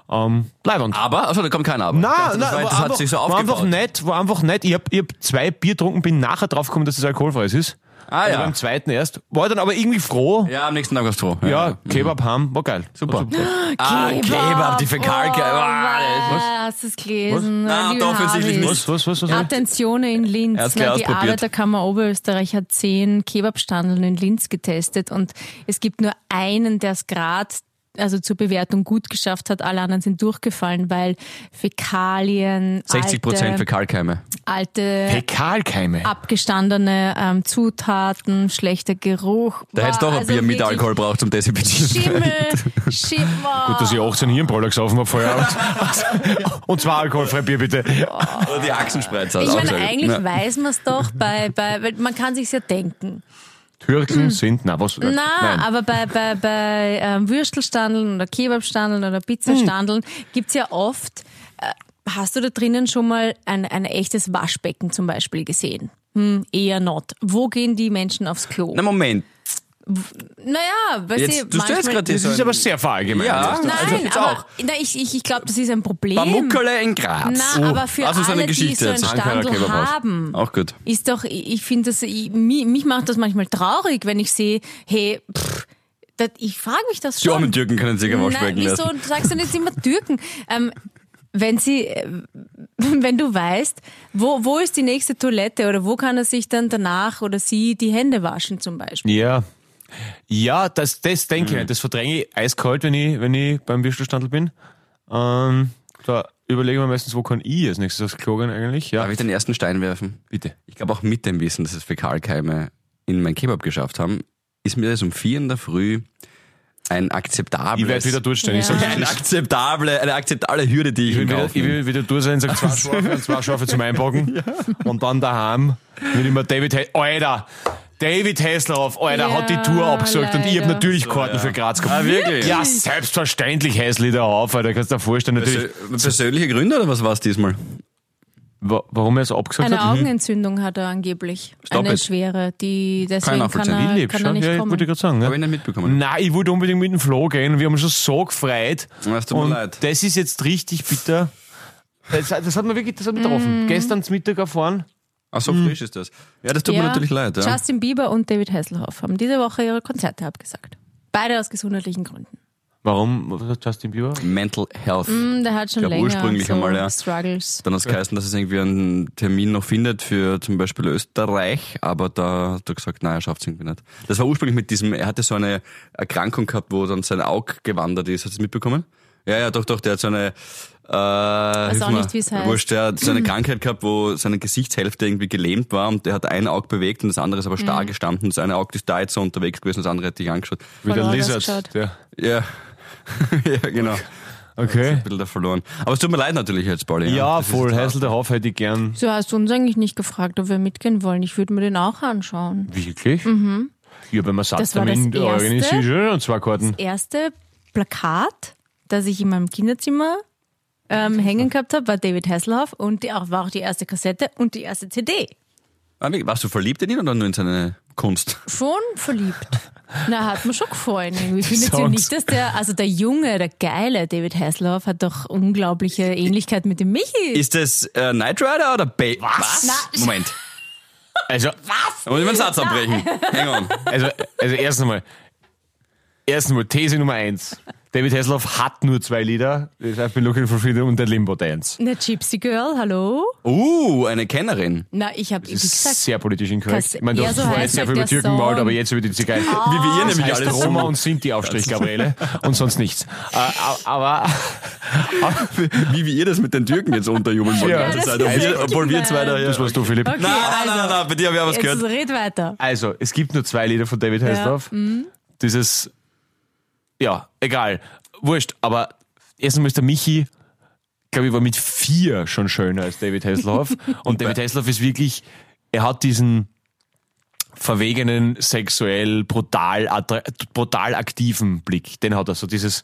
Speaker 4: Ähm, Leibwand.
Speaker 6: Aber? Achso, da kommt kein Aber.
Speaker 4: Nein,
Speaker 6: das,
Speaker 4: nein,
Speaker 6: war, das
Speaker 4: war
Speaker 6: hat
Speaker 4: einfach,
Speaker 6: sich so
Speaker 4: war einfach
Speaker 6: aufgebaut.
Speaker 4: nett, war einfach nett. Ich hab, ich hab zwei Bier getrunken, bin nachher draufgekommen, dass es alkoholfreies ist.
Speaker 6: Ah,
Speaker 4: also
Speaker 6: ja.
Speaker 4: Beim zweiten erst. War dann aber irgendwie froh.
Speaker 6: Ja, am nächsten Tag warst du froh.
Speaker 4: Ja, Kebab haben, war geil.
Speaker 6: Super.
Speaker 4: Hat gefallen.
Speaker 6: Ah, Kebab, die Fäkalke.
Speaker 5: Oh,
Speaker 6: Ah, das-
Speaker 5: hast du es gelesen?
Speaker 6: Was?
Speaker 5: Ah,
Speaker 6: Na,
Speaker 5: liebe
Speaker 6: da offensichtlich
Speaker 5: Harvis.
Speaker 4: Also Was, was, was, was? was?
Speaker 5: Attentione in Linz.
Speaker 6: Er hat's
Speaker 5: Na,
Speaker 6: gleich
Speaker 5: die
Speaker 6: ausprobiert.
Speaker 5: Arbeiterkammer Oberösterreich hat zehn Kebabstandeln in Linz getestet und es gibt nur einen, der es gerade also zur Bewertung gut geschafft hat. Alle anderen sind durchgefallen, weil Fäkalien,
Speaker 6: 60 Prozent
Speaker 5: alte,
Speaker 6: Fäkalkeime.
Speaker 5: alte
Speaker 4: Fäkalkeime.
Speaker 5: abgestandene ähm, Zutaten, schlechter Geruch.
Speaker 6: Da
Speaker 5: Ah,
Speaker 6: hättest du auch ein
Speaker 5: also
Speaker 6: Bier mit Alkohol um braucht zum Desinfizieren.
Speaker 5: Schimmel, Schimmer.
Speaker 4: Gut, dass ich 18 Hirnbroller gesoffen habe vorher Abend. Und zwar alkoholfrei Bier bitte.
Speaker 6: Oder die Achsenspreizer.
Speaker 5: ich
Speaker 6: also
Speaker 5: meine,
Speaker 6: auch sehr gut.
Speaker 5: eigentlich
Speaker 6: Ja.
Speaker 5: weiß man es doch bei, bei, weil man kann sich's ja denken.
Speaker 4: Türken sind, na was?
Speaker 5: Na,
Speaker 4: nein.
Speaker 5: aber bei, bei, bei ähm, Würstelstandeln oder Kebabstandeln oder Pizzastandeln
Speaker 6: Hm.
Speaker 5: gibt's ja oft, äh, hast du da drinnen schon mal ein, ein echtes Waschbecken zum Beispiel gesehen? Hm, eher not. Wo gehen die Menschen aufs Klo?
Speaker 6: Na, Moment.
Speaker 5: naja, weil sie
Speaker 6: Jetzt, du stellst
Speaker 5: manchmal...
Speaker 6: gerade
Speaker 4: das ist aber sehr verallgemeinert.
Speaker 6: Ja.
Speaker 5: Nein,
Speaker 6: also jetzt
Speaker 5: aber
Speaker 6: auch.
Speaker 5: Na, ich, ich, ich glaube, das ist ein Problem.
Speaker 6: Bamukkale in Graz.
Speaker 5: Na, aber für
Speaker 6: also so eine
Speaker 5: alle, die
Speaker 6: Geschichte
Speaker 5: so einen
Speaker 6: jetzt. Ankara
Speaker 5: Standel
Speaker 6: Kebabhaus.
Speaker 5: haben,
Speaker 6: Auch gut.
Speaker 5: ist doch, ich ich finde das, ich, mich, mich macht das manchmal traurig, wenn ich sehe, hey, pff, das, ich frage mich das
Speaker 6: Die
Speaker 5: schon.
Speaker 6: armen Türken können sich aber
Speaker 5: Nein,
Speaker 6: schmecken
Speaker 5: wieso
Speaker 6: lassen.
Speaker 5: sagst du denn jetzt immer Türken? Ähm, wenn sie, äh, wenn du weißt, wo, wo ist die nächste Toilette oder wo kann er sich dann danach oder sie die Hände waschen zum Beispiel?
Speaker 4: Ja. Ja, das, das denke
Speaker 6: Mhm.
Speaker 4: ich nicht. Das verdränge ich eiskalt, wenn ich, wenn ich beim Würstelstandl bin. Ähm, da überlege ich mir meistens, wo kann ich als nächstes aufs Klo gehen eigentlich? Ja,
Speaker 6: Darf ich den ersten Stein werfen?
Speaker 4: bitte.
Speaker 6: Ich glaube auch mit dem Wissen, dass es Fäkalkeime in mein Kebab geschafft haben, ist mir das um vier in der Früh ein
Speaker 4: Ich werde
Speaker 6: akzeptables...
Speaker 4: wieder durchstehen. Ich,
Speaker 5: Ja.
Speaker 4: sag's dir.
Speaker 6: ein akzeptable, eine akzeptable Hürde, die ich,
Speaker 4: ich,
Speaker 6: mir
Speaker 4: will wieder,
Speaker 6: kaufen.
Speaker 4: ich will wieder durch sein, sag zwei Schafe und zwei Schafe zum Einpacken. Und dann daheim, wenn ich mir David, He Alter, David Hesslerhoff, Alter, hat die
Speaker 5: Ja,
Speaker 4: Tour abgesagt und ich
Speaker 5: leider.
Speaker 4: habe natürlich Karten für Graz gehabt.
Speaker 6: Ah, wirklich?
Speaker 4: Ja, selbstverständlich Häsli da auf, Alter, kannst du dir vorstellen, natürlich.
Speaker 6: Persö- Persönliche Gründe oder was war es diesmal?
Speaker 4: Wa- Warum er es abgesagt
Speaker 5: Eine
Speaker 4: hat?
Speaker 6: mhm.
Speaker 5: Augenentzündung hat er angeblich.
Speaker 6: Stop
Speaker 5: Eine
Speaker 6: it.
Speaker 5: schwere, die deswegen
Speaker 6: Keiner
Speaker 5: kann
Speaker 6: nachvollziehen.
Speaker 5: er,
Speaker 4: Ich lebe
Speaker 5: kann er
Speaker 4: schon,
Speaker 5: nicht
Speaker 4: ja,
Speaker 5: kommen.
Speaker 4: wollte ich gerade sagen.
Speaker 6: Habe ich
Speaker 4: Ne?
Speaker 6: nicht mitbekommen.
Speaker 4: Nein, ich wollte unbedingt mit dem Flo gehen, wir haben uns schon so gefreut.
Speaker 6: Na, es tut mir
Speaker 4: und
Speaker 6: leid.
Speaker 4: das ist jetzt richtig bitter. Das, das hat mir wirklich, das hat mich
Speaker 5: Mhm.
Speaker 4: getroffen. Gestern zum Mittag erfahren.
Speaker 6: Ach, so frisch ist das. Ja, das tut mir
Speaker 5: Hm. Ja,
Speaker 6: natürlich leid. Ja.
Speaker 5: Justin Bieber und David Hasselhoff haben diese Woche ihre Konzerte abgesagt. Beide aus gesundheitlichen Gründen.
Speaker 4: Warum Was hat Justin Bieber?
Speaker 6: Mental Health.
Speaker 5: Hm, Der hat schon
Speaker 6: Ich glaub,
Speaker 5: länger
Speaker 6: ursprünglich
Speaker 5: so
Speaker 6: einmal, ja.
Speaker 5: Struggles.
Speaker 6: Dann hat es geheißen, dass es irgendwie einen Termin noch findet für zum Beispiel Österreich, aber da hat er gesagt, nein, er schafft es irgendwie nicht. Das war ursprünglich mit diesem, er hatte so eine Erkrankung gehabt, wo dann sein Auge gewandert ist. Hast du es mitbekommen? Ja, ja, doch, doch, der hat so eine, äh, Weiß
Speaker 5: auch nicht, wie's heißt.
Speaker 6: Wurscht, der hat so eine Krankheit gehabt, wo seine Gesichtshälfte irgendwie gelähmt war und der hat ein Auge bewegt und das andere ist aber starr
Speaker 5: Mm.
Speaker 6: gestanden. Das eine Auge ist da jetzt so unterwegs gewesen, das andere hat dich angeschaut.
Speaker 4: Wie der
Speaker 5: Verloren
Speaker 4: Lizard.
Speaker 5: ausgeschaut.
Speaker 4: Der.
Speaker 6: Ja. ja, genau.
Speaker 4: Okay.
Speaker 6: Ein bisschen da verloren. Aber es tut mir leid natürlich jetzt, Pauli. ne?
Speaker 4: Ja,
Speaker 6: Das ist
Speaker 4: voll.
Speaker 6: jetzt-
Speaker 4: Hässl der Hoff hätte ich gern.
Speaker 5: So hast du uns eigentlich nicht gefragt, ob wir mitgehen wollen. Ich würde mir den auch anschauen.
Speaker 4: Wirklich? Mhm. Ich habe einen
Speaker 5: Das war das
Speaker 4: Satztermin
Speaker 5: Erste.
Speaker 4: organisiert ja, und zwei Karten.
Speaker 5: Erste Plakat, das ich in meinem Kinderzimmer ähm, hängen gehabt habe, war David Hasselhoff und die, auch, war auch die erste Kassette und die erste CD.
Speaker 6: Ah, wirklich? Warst du verliebt in ihn oder nur in seine Kunst?
Speaker 5: Schon verliebt. Na, hat mir schon gefallen. Irgendwie findet ihr
Speaker 4: Songs.
Speaker 5: nicht, dass der, also der junge, der geile David Hasselhoff hat doch unglaubliche Ähnlichkeit mit dem Michi.
Speaker 6: Ist das äh, Knight Rider oder ba
Speaker 4: Was?
Speaker 5: Na-
Speaker 6: Moment,
Speaker 4: Also,
Speaker 6: da muss ich meinen Satz abbrechen. Hang on.
Speaker 4: also, also erst einmal, erst einmal, These Nummer eins. David Hasselhoff hat nur zwei Lieder, das heißt, I've been looking for freedom und der Limbo Dance.
Speaker 5: Eine Gypsy Girl, hallo?
Speaker 6: Uh, eine Kennerin.
Speaker 5: Na, ich habe, wie
Speaker 4: Das ist
Speaker 5: gesagt,
Speaker 4: sehr politisch inkorrekt.
Speaker 5: Kas-
Speaker 4: Ich meine, du
Speaker 5: Ja,
Speaker 4: hast
Speaker 5: so
Speaker 4: vorher
Speaker 5: heißt
Speaker 4: sehr
Speaker 5: halt
Speaker 4: viel über
Speaker 5: der
Speaker 4: Türken
Speaker 5: Song. Ah.
Speaker 4: gemalt, aber jetzt über die Türkei.
Speaker 5: Oh,
Speaker 6: Wie wir ihr nämlich
Speaker 4: Das heißt
Speaker 6: alles
Speaker 4: Roma
Speaker 6: so.
Speaker 4: und Sinti-Aufstrich, Gabriele, und sonst nichts. Äh, aber
Speaker 6: Wie wir ihr das mit den Türken jetzt unterjubeln wollen.
Speaker 4: Ja,
Speaker 6: die
Speaker 5: das
Speaker 6: ganze
Speaker 5: ist
Speaker 6: Zeit, obwohl wir-
Speaker 5: richtig
Speaker 6: obwohl wir
Speaker 5: gemein.
Speaker 6: zwei da ja.
Speaker 4: das warst du, Philipp.
Speaker 5: Okay,
Speaker 6: Nein, nein,
Speaker 5: also,
Speaker 6: nein, nein, nein, bei dir habe ich auch was
Speaker 5: jetzt
Speaker 6: gehört.
Speaker 5: red weiter.
Speaker 4: Also, es gibt nur zwei Lieder von David Hasselhoff. Dieses, ja, egal, wurscht, aber erstens ist der Michi, glaube ich, war mit vier schon schöner als David Hasselhoff. Und David Hasselhoff ist wirklich, er hat diesen verwegenen, sexuell, brutal, attra- brutal aktiven Blick. Den hat er so, dieses,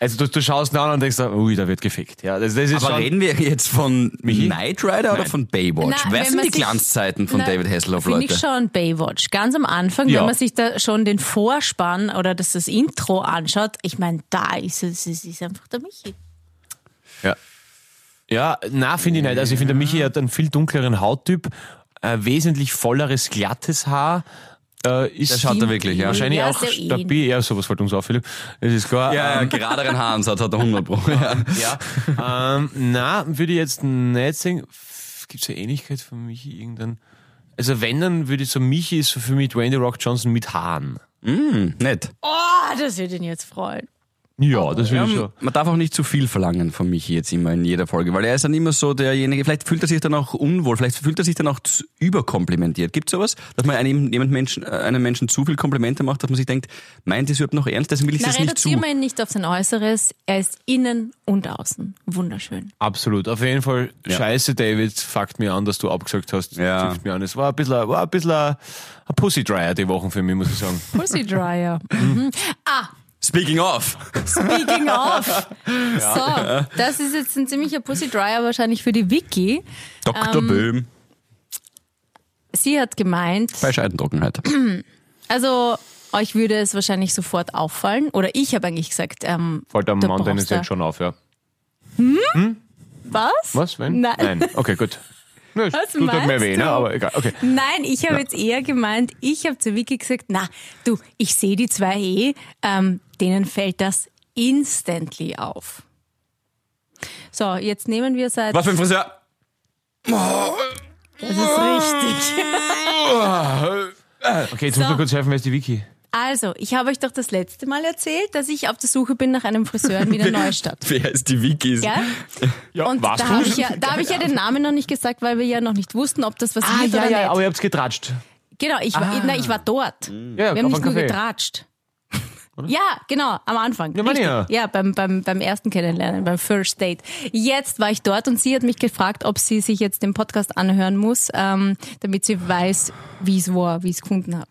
Speaker 4: also du, du schaust ihn an und denkst, dir, ui, da wird gefickt. Ja, das, das ist
Speaker 6: Aber
Speaker 4: schon,
Speaker 6: reden wir jetzt von Knight Rider oder von Baywatch?
Speaker 5: Na,
Speaker 6: Wer
Speaker 5: wenn
Speaker 6: sind
Speaker 5: man
Speaker 6: die
Speaker 5: sich-
Speaker 6: Glanzzeiten von
Speaker 5: Na,
Speaker 6: David Hasselhoff,
Speaker 5: find
Speaker 6: Leute?
Speaker 5: ich schon Baywatch. Ganz am Anfang,
Speaker 4: Ja.
Speaker 5: wenn man sich da schon den Vorspann oder das, das Intro anschaut, ich meine, da ist es, es ist einfach der Michi.
Speaker 6: Ja.
Speaker 4: Ja, na, finde ich nicht. Also ich finde, der Michi hat einen viel dunkleren Hauttyp, äh, wesentlich volleres, glattes Haar. Äh, ist
Speaker 6: Das schaut er
Speaker 5: Stimmt.
Speaker 6: wirklich, ja.
Speaker 4: wahrscheinlich
Speaker 5: Ja,
Speaker 4: auch
Speaker 5: sehr
Speaker 4: stabil. Ja, sowas fällt uns auf, Philipp. Das ist klar.
Speaker 6: Ja, ja,
Speaker 4: Ähm,
Speaker 6: geraderen Haarensatz hat er 100 Pro. Ja.
Speaker 4: ja. ähm, na, würde ich jetzt nicht sagen, gibt es eine Ähnlichkeit von Michi irgendein? Also wenn, dann würde ich so, Michi ist so für mich Dwayne The Rock Johnson mit Haaren.
Speaker 6: Nett.
Speaker 5: Oh, das würde ihn jetzt freuen.
Speaker 4: Ja, das würde ich
Speaker 6: Ähm,
Speaker 4: schon.
Speaker 6: man darf auch nicht zu viel verlangen von Michi jetzt immer in jeder Folge, weil er ist dann immer so derjenige, vielleicht fühlt er sich dann auch unwohl, vielleicht fühlt er sich dann auch zu- überkomplimentiert. Gibt sowas, dass man einem, jemand Menschen, äh, einem Menschen zu viel Komplimente macht, dass man sich denkt, meint das überhaupt noch ernst, deswegen will ich
Speaker 5: Na,
Speaker 6: das nicht zu.
Speaker 5: reduzieren wir ihn nicht auf sein Äußeres. Er ist innen und außen. Wunderschön.
Speaker 4: Absolut. Auf jeden Fall, scheiße, David, fuckt mir an, dass du abgesagt hast.
Speaker 6: Ja.
Speaker 4: Zipft mir an. Es war ein bisschen, war ein bisschen ein Pussy-Dryer die Wochen für mich, muss ich sagen.
Speaker 5: Pussy Dryer.
Speaker 6: Speaking of,
Speaker 5: Speaking of. So, das ist jetzt ein ziemlicher Pussy Dryer wahrscheinlich für die Vicky.
Speaker 6: Dr.
Speaker 5: Ähm,
Speaker 6: Böhm
Speaker 5: Sie hat gemeint,
Speaker 6: bei Scheidentrockenheit.
Speaker 5: also euch würde es wahrscheinlich sofort auffallen. Oder ich habe eigentlich gesagt, ähm,
Speaker 4: Fällt am
Speaker 5: Da
Speaker 4: Mountain
Speaker 5: brauchst
Speaker 4: ist jetzt
Speaker 5: du-
Speaker 4: schon auf, ja.
Speaker 5: was?
Speaker 4: Was, wenn?
Speaker 5: Nein.
Speaker 4: Nein. Okay, gut. Nö,
Speaker 5: Was
Speaker 4: tut halt mehr
Speaker 5: meinst
Speaker 4: weh, ne?
Speaker 5: du?
Speaker 4: aber egal. Okay.
Speaker 5: Nein, ich habe jetzt eher gemeint, ich habe zu Vicky gesagt, na, du, ich sehe die zwei eh, ähm, denen fällt das instantly auf. So, jetzt nehmen wir seit.
Speaker 6: Was für ein Friseur?
Speaker 5: Das ist richtig.
Speaker 4: Okay, jetzt muss man kurz helfen, wer ist die Wiki?
Speaker 5: Also, ich habe euch doch das letzte Mal erzählt, dass ich auf der Suche bin nach einem Friseur in Wiener Neustadt.
Speaker 6: Wer ist die Vicky?
Speaker 5: Ja?
Speaker 4: Ja,
Speaker 5: Und da habe ich, ja, da habe ich ja den Namen noch nicht gesagt, weil wir ja noch nicht wussten, ob das was
Speaker 4: Ah,
Speaker 5: wird oder
Speaker 4: ja, ja, Ah. Mhm.
Speaker 5: nicht.
Speaker 4: aber ihr habt's getratscht.
Speaker 5: Genau, ich war, na, ich war dort.
Speaker 4: Ja,
Speaker 5: Wir haben nicht
Speaker 4: auf einen
Speaker 5: nur
Speaker 4: Kaffee.
Speaker 5: getratscht. Ja, genau, am Anfang.
Speaker 4: Ja, meine ich
Speaker 5: Richtig. ja beim, beim, beim ersten Kennenlernen, beim First Date. Jetzt war ich dort und sie hat mich gefragt, ob sie sich jetzt den Podcast anhören muss, ähm, damit sie weiß, wie es war, wie ich es gefunden habe.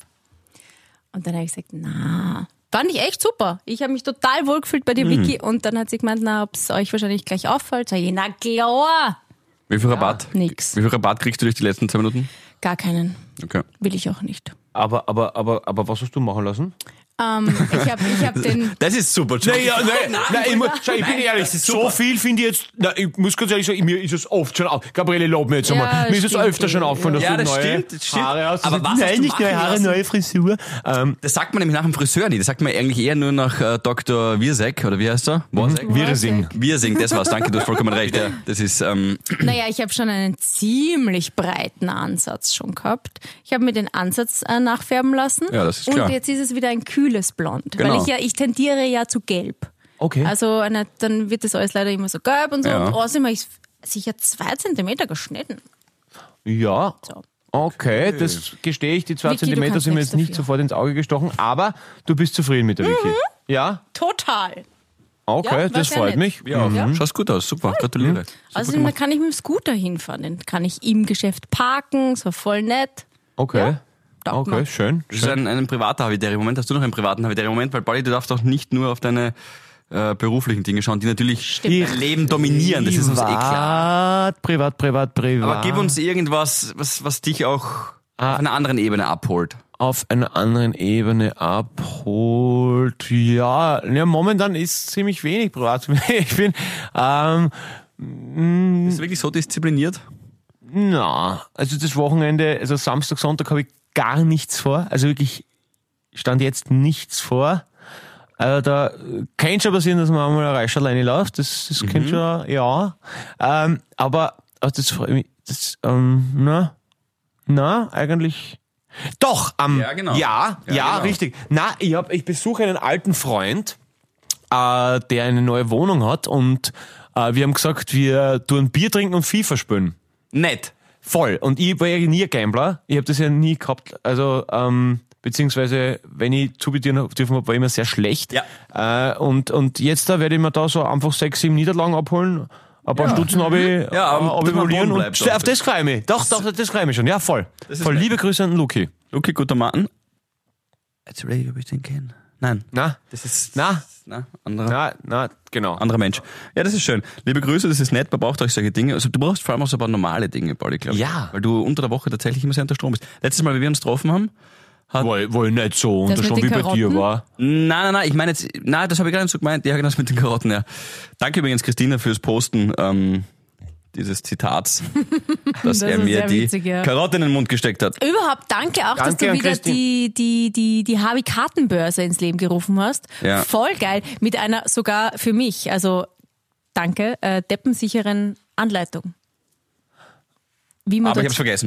Speaker 5: Und dann habe ich gesagt, na, fand ich echt super. Ich habe mich total wohlgefühlt bei dir,
Speaker 4: Mhm.
Speaker 5: Vicky. Und dann hat sie gemeint, na, ob es euch wahrscheinlich gleich auffällt. Sag ich, na klar,
Speaker 6: Wie viel Rabatt?
Speaker 5: nix.
Speaker 6: Wie viel Rabatt kriegst du durch die letzten zwei Minuten?
Speaker 5: gar keinen.
Speaker 6: Okay.
Speaker 5: Will ich auch nicht.
Speaker 4: Aber, aber, aber, aber was hast du machen lassen?
Speaker 5: Ähm, ich habe ich hab den...
Speaker 6: Das ist super. Nein,
Speaker 4: Ja, nein, nein, ich, muss, schau, ich bin ehrlich,
Speaker 6: das ist
Speaker 4: so viel finde ich jetzt, nein, ich muss ganz ehrlich sagen, mir ist es oft schon auf. Gabriele, lob mir jetzt
Speaker 5: Ja,
Speaker 4: einmal. Mir ist es
Speaker 5: stimmt.
Speaker 4: öfter schon aufgefallen, dass
Speaker 6: Ja,
Speaker 4: du
Speaker 6: das
Speaker 4: neue
Speaker 6: stimmt, das stimmt.
Speaker 4: Haare hast.
Speaker 6: Aber
Speaker 4: Also,
Speaker 6: was hast
Speaker 4: nein,
Speaker 6: du
Speaker 4: nicht neue
Speaker 6: machen
Speaker 4: Haare,
Speaker 6: lassen?
Speaker 4: neue Frisur. Ähm,
Speaker 6: Das sagt man nämlich nach dem Friseur nicht. Das sagt man eigentlich eher nur nach äh, Dr. Wirsek, oder wie heißt er? Wirsek?
Speaker 4: Wirsing.
Speaker 6: Mhm. Wirsing, das war's. Danke, du hast vollkommen recht. Ja. Das ist, ähm,
Speaker 5: Naja, ich habe schon einen ziemlich breiten Ansatz schon gehabt. Ich habe mir den Ansatz äh, nachfärben lassen.
Speaker 6: Ja, das ist klar.
Speaker 5: Und jetzt ist es wieder ein kühles Blond.
Speaker 6: Genau.
Speaker 5: Weil ich ja, ich tendiere ja zu gelb.
Speaker 4: Okay.
Speaker 5: Also eine, dann wird das alles leider immer so gelb und so.
Speaker 6: Ja.
Speaker 5: Und außerdem habe ich sicher zwei Zentimeter geschnitten.
Speaker 4: Äh, Ja.
Speaker 5: So.
Speaker 4: Okay, das gestehe ich. Die zwei
Speaker 5: Vicky, du
Speaker 4: Zentimeter
Speaker 5: kannst
Speaker 4: sind mir
Speaker 5: nichts
Speaker 4: jetzt nicht
Speaker 5: dafür.
Speaker 4: sofort ins Auge gestochen, aber du bist zufrieden mit der Wiki. Ja?
Speaker 5: Total. Ja,
Speaker 4: Okay, das
Speaker 5: war sehr
Speaker 4: freut
Speaker 5: nett.
Speaker 4: mich.
Speaker 6: ja, Mhm. schaust gut aus. Super, gratuliere.
Speaker 5: außerdem da kann ich mit dem Scooter hinfahren. Den kann ich im Geschäft parken. Es war voll nett.
Speaker 4: Okay.
Speaker 5: Taugt
Speaker 4: Okay,
Speaker 5: mir.
Speaker 4: schön.
Speaker 6: Das ist ein, ein privater Havideri-Moment. Hast du noch einen privaten Havideri-Moment? Weil, Pauli, du darfst doch nicht nur auf deine äh, beruflichen Dinge schauen, die natürlich
Speaker 5: Stimmt.
Speaker 6: ihr Leben dominieren. Das ist uns eh klar.
Speaker 4: Privat, privat, privat, privat.
Speaker 6: Aber gib uns irgendwas, was, was dich auch auf einer anderen Ebene abholt.
Speaker 4: auf einer anderen Ebene abholt. Ja, ja momentan ist ziemlich wenig privat. Ich bin, ähm,
Speaker 6: Bist du wirklich so diszipliniert?
Speaker 4: na, also das Wochenende, also Samstag, Sonntag habe ich gar nichts vor. Also wirklich stand jetzt nichts vor. Also da äh, kann schon passieren, dass man einmal eine Reise alleine läuft. Das,
Speaker 6: Mhm.
Speaker 4: das kann schon, ja. Ähm, aber also das freut mich. Das, ähm, na, na, eigentlich. Doch, am
Speaker 6: Ja, genau.
Speaker 4: ja,
Speaker 6: Ja,
Speaker 4: ja,
Speaker 6: genau.
Speaker 4: richtig. Na, ich hab, ich besuche einen alten Freund, äh, der eine neue Wohnung hat und äh, wir haben gesagt, wir tun Bier trinken und FIFA spielen.
Speaker 6: Nett.
Speaker 4: Voll. Und ich war ja nie ein Gambler. Ich habe das ja nie gehabt. Also, ähm, beziehungsweise, wenn ich zubedienen hab dürfen habe, war ich immer sehr schlecht. Äh, und, und jetzt da werde ich mir da so einfach sechs, sieben Niederlagen abholen, ein paar Stutzen ab,
Speaker 6: Ja, aber dass man
Speaker 4: abonnieren
Speaker 6: wohnen
Speaker 4: und
Speaker 6: bleibt
Speaker 4: auf
Speaker 6: auch.
Speaker 4: das freue ich mich. Doch, doch, das freue ich mich schon. Ja, voll.
Speaker 6: ist
Speaker 4: Voll.
Speaker 6: nett.
Speaker 4: Liebe Grüße an Luki.
Speaker 6: Okay, guter Mann. It's ready, ob ich den kenne. Nein.
Speaker 4: Na,
Speaker 6: Das ist.
Speaker 4: na,
Speaker 6: Na, anderer.
Speaker 4: na, na, genau.
Speaker 6: anderer Mensch. Ja, das ist schön. Liebe Grüße, das ist nett, man braucht euch solche Dinge. Also du brauchst vor allem auch so ein paar normale Dinge, Pauli, glaube ich.
Speaker 4: Ja.
Speaker 6: Weil du unter der Woche tatsächlich immer sehr unter Strom bist. Letztes Mal, wie wir uns getroffen haben,
Speaker 4: Weil, weil nicht so
Speaker 5: Das mit
Speaker 4: unterschlagen wie
Speaker 5: den
Speaker 4: bei dir
Speaker 5: Karotten?
Speaker 4: war.
Speaker 6: Nein, nein, nein, ich meine jetzt, nein, das habe ich gar nicht so gemeint. Ja, genau, das mit den Karotten, ja. Danke übrigens, Christina, fürs Posten ähm, dieses Zitats, dass
Speaker 5: Das
Speaker 6: er
Speaker 5: ist
Speaker 6: mir
Speaker 5: sehr
Speaker 6: die
Speaker 5: witzig, ja.
Speaker 6: Karotte in den Mund gesteckt hat.
Speaker 5: Überhaupt danke auch, dass
Speaker 4: Danke
Speaker 5: du
Speaker 4: an
Speaker 5: wieder
Speaker 4: Christine.
Speaker 5: die, die, die, die Harvey-Kartenbörse ins Leben gerufen hast.
Speaker 6: Ja.
Speaker 5: Voll geil. Mit einer sogar für mich, also danke, äh, deppensicheren Anleitung. Wie man
Speaker 6: Aber ich habe
Speaker 5: dort-
Speaker 6: es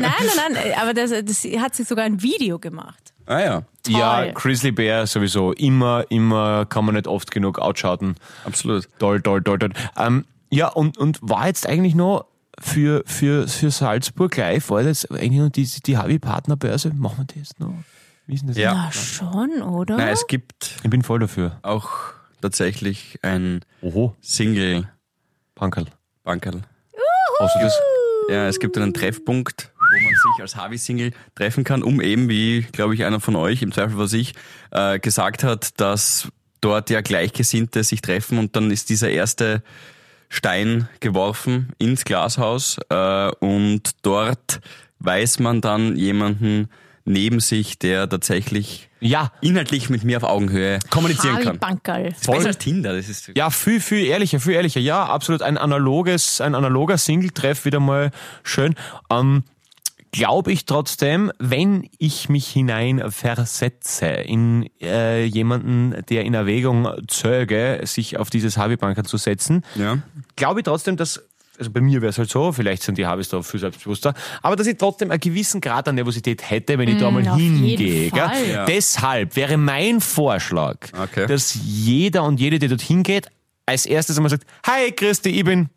Speaker 5: Nein, nein, nein, aber das, das hat sich sogar ein Video gemacht.
Speaker 6: ah ja,
Speaker 4: Ja,
Speaker 5: Toll.
Speaker 4: Grizzly Bear sowieso. Immer, immer kann man nicht oft genug outschauten.
Speaker 6: absolut.
Speaker 4: Toll, toll, toll, toll. Ähm, ja, und, und war jetzt eigentlich noch für, für, für Salzburg live, war das eigentlich noch die, die Havi-Partnerbörse? Machen wir die jetzt noch? Wie ist denn das?
Speaker 6: Ja.
Speaker 5: Na Ah, schon, oder?
Speaker 6: Nein, Ah, es gibt
Speaker 4: Ich bin voll dafür.
Speaker 6: auch tatsächlich ein
Speaker 4: Oho,
Speaker 6: Single-Bankerl.
Speaker 4: Pankerl. Hast du das?
Speaker 6: Ja, es gibt einen Treffpunkt, wo man sich als Harvey-Single treffen kann, um eben, wie, glaube ich, einer von euch, im Zweifel was ich, äh, gesagt hat, dass dort ja Gleichgesinnte sich treffen und dann ist dieser erste Stein geworfen ins Glashaus äh, und dort weiß man dann jemanden neben sich, der tatsächlich
Speaker 4: Ja,
Speaker 6: inhaltlich mit mir auf Augenhöhe kommunizieren
Speaker 5: Harvey
Speaker 6: kann.
Speaker 5: Bankerl.
Speaker 6: Das ist besser als Tinder, das ist...
Speaker 4: ja, viel, viel ehrlicher, viel ehrlicher. Ja, absolut ein analoges, ein analoger Single-Treff wieder mal schön. Ähm, Glaube ich trotzdem, wenn ich mich hinein versetze in äh, jemanden, der in Erwägung zöge, sich auf dieses Habibanker zu setzen,
Speaker 6: Ja.
Speaker 4: glaube ich trotzdem, dass, also bei mir wäre es halt so, vielleicht sind die Habis da viel selbstbewusster, aber dass ich trotzdem einen gewissen Grad an Nervosität hätte, wenn ich da mal
Speaker 5: Mm, auf jeden
Speaker 4: hingehe. Gell?
Speaker 5: Fall. Ja.
Speaker 4: Deshalb wäre mein Vorschlag,
Speaker 6: Okay.
Speaker 4: dass jeder und jede, die dorthin geht, als erstes einmal sagt, hi Christi, ich bin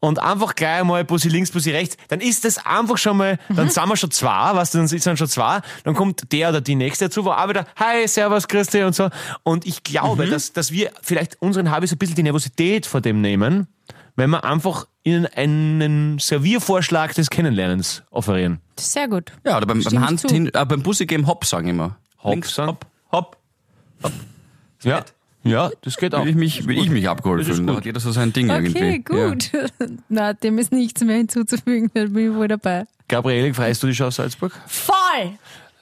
Speaker 4: und einfach gleich einmal Bussi links, Bussi rechts, dann ist das einfach schon mal, dann sind wir schon zwei, was dann sind dann schon zwei, dann kommt der oder die nächste dazu, wo auch wieder, hi, servus, Christi und so. Und ich glaube, dass, dass wir vielleicht unseren Habis ein bisschen die Nervosität vor dem nehmen, wenn wir einfach ihnen einen Serviervorschlag des Kennenlernens offerieren.
Speaker 5: Sehr gut.
Speaker 6: Ja, oder beim, beim,
Speaker 5: Stimme ich
Speaker 6: Hand
Speaker 5: zu.
Speaker 6: hin, äh, beim Busse geben Hopp sagen immer.
Speaker 4: Hopp
Speaker 6: Links,
Speaker 4: sagen?
Speaker 6: Hopp, Hopp.
Speaker 4: Ja, ja, das geht auch.
Speaker 6: Will ich mich, will ich mich abgeholt
Speaker 4: Das ist
Speaker 6: fühlen. ne? Da
Speaker 4: gut.
Speaker 6: hat jeder so sein Ding
Speaker 5: Okay,
Speaker 6: irgendwie.
Speaker 5: gut. Na, dem ist nichts mehr hinzuzufügen, dann bin ich wohl dabei.
Speaker 4: Gabriele, freust du dich auf Salzburg?
Speaker 5: Voll!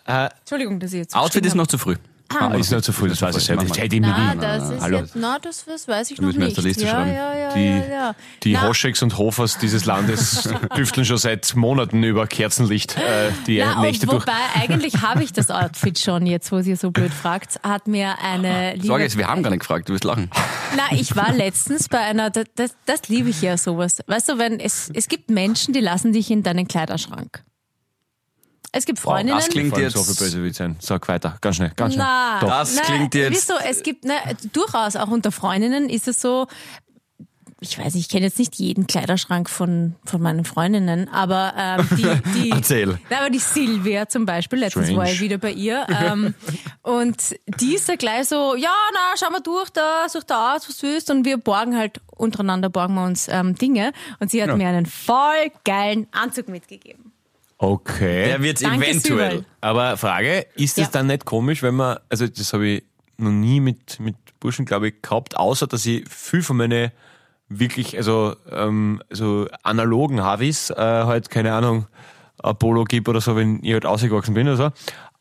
Speaker 5: Entschuldigung, dass ich jetzt.
Speaker 6: Ja. Äh, Outfit ist noch zu früh.
Speaker 4: Ah, ist noch zu früh, das weiß ich selbst. Ich hätte ihn
Speaker 5: Na,
Speaker 4: mit ihm.
Speaker 5: Ah,
Speaker 4: Ah,
Speaker 5: das ist
Speaker 4: Hallo.
Speaker 5: jetzt, na, das, das weiß ich noch
Speaker 6: müssen wir
Speaker 5: nicht.
Speaker 6: jetzt eine Liste
Speaker 5: ja,
Speaker 6: schreiben.
Speaker 5: ja, ja,
Speaker 4: Die,
Speaker 5: ja, ja.
Speaker 4: die
Speaker 5: Na,
Speaker 4: Hoscheks und Hofers dieses Landes düfteln schon seit Monaten über Kerzenlicht äh, die
Speaker 5: na,
Speaker 4: Nächte
Speaker 5: und
Speaker 4: durch.
Speaker 5: wobei, eigentlich habe ich das Outfit schon jetzt, wo ihr so blöd fragt, hat mir
Speaker 4: Ah,
Speaker 5: eine liebe...
Speaker 6: Sorge jetzt, wir haben gar nicht gefragt, du wirst lachen.
Speaker 5: Na, ich war letztens bei einer, das, das, das liebe ich ja sowas. Weißt du, wenn es, es gibt Menschen, die lassen dich in deinen Kleiderschrank. Es gibt Freundinnen,
Speaker 6: das klingt
Speaker 4: Vor allem
Speaker 6: jetzt-
Speaker 4: so viel Bösewicht sein. Sag weiter, ganz schnell, ganz schnell.
Speaker 5: Na,
Speaker 4: Doch.
Speaker 6: Das
Speaker 5: na,
Speaker 6: klingt jetzt-
Speaker 5: Wieso? Es gibt na, durchaus auch unter Freundinnen ist es so. Ich weiß, nicht, ich kenne jetzt nicht jeden Kleiderschrank von, von meinen Freundinnen, aber ähm, die, die
Speaker 6: Erzähl.
Speaker 5: Nein, aber die Silvia zum Beispiel, letztens
Speaker 4: Strange.
Speaker 5: war ich wieder bei ihr ähm, und die ist ja gleich so, ja, na, schau mal durch, da, such da aus, was du willst und wir borgen halt untereinander borgen wir uns ähm, Dinge und sie hat mir einen voll geilen Anzug mitgegeben.
Speaker 4: Okay.
Speaker 6: wird
Speaker 5: Danke, eventuell. Sywell.
Speaker 4: Aber Frage, ist es
Speaker 5: Ja.
Speaker 4: dann nicht komisch, wenn man, also das habe ich noch nie mit, mit Burschen, glaube ich, gehabt, außer dass ich viel von meine wirklich, also ähm, so analogen Havis, äh, halt, keine Ahnung, Apollo gibt oder so, wenn ich halt ausgewachsen bin oder so.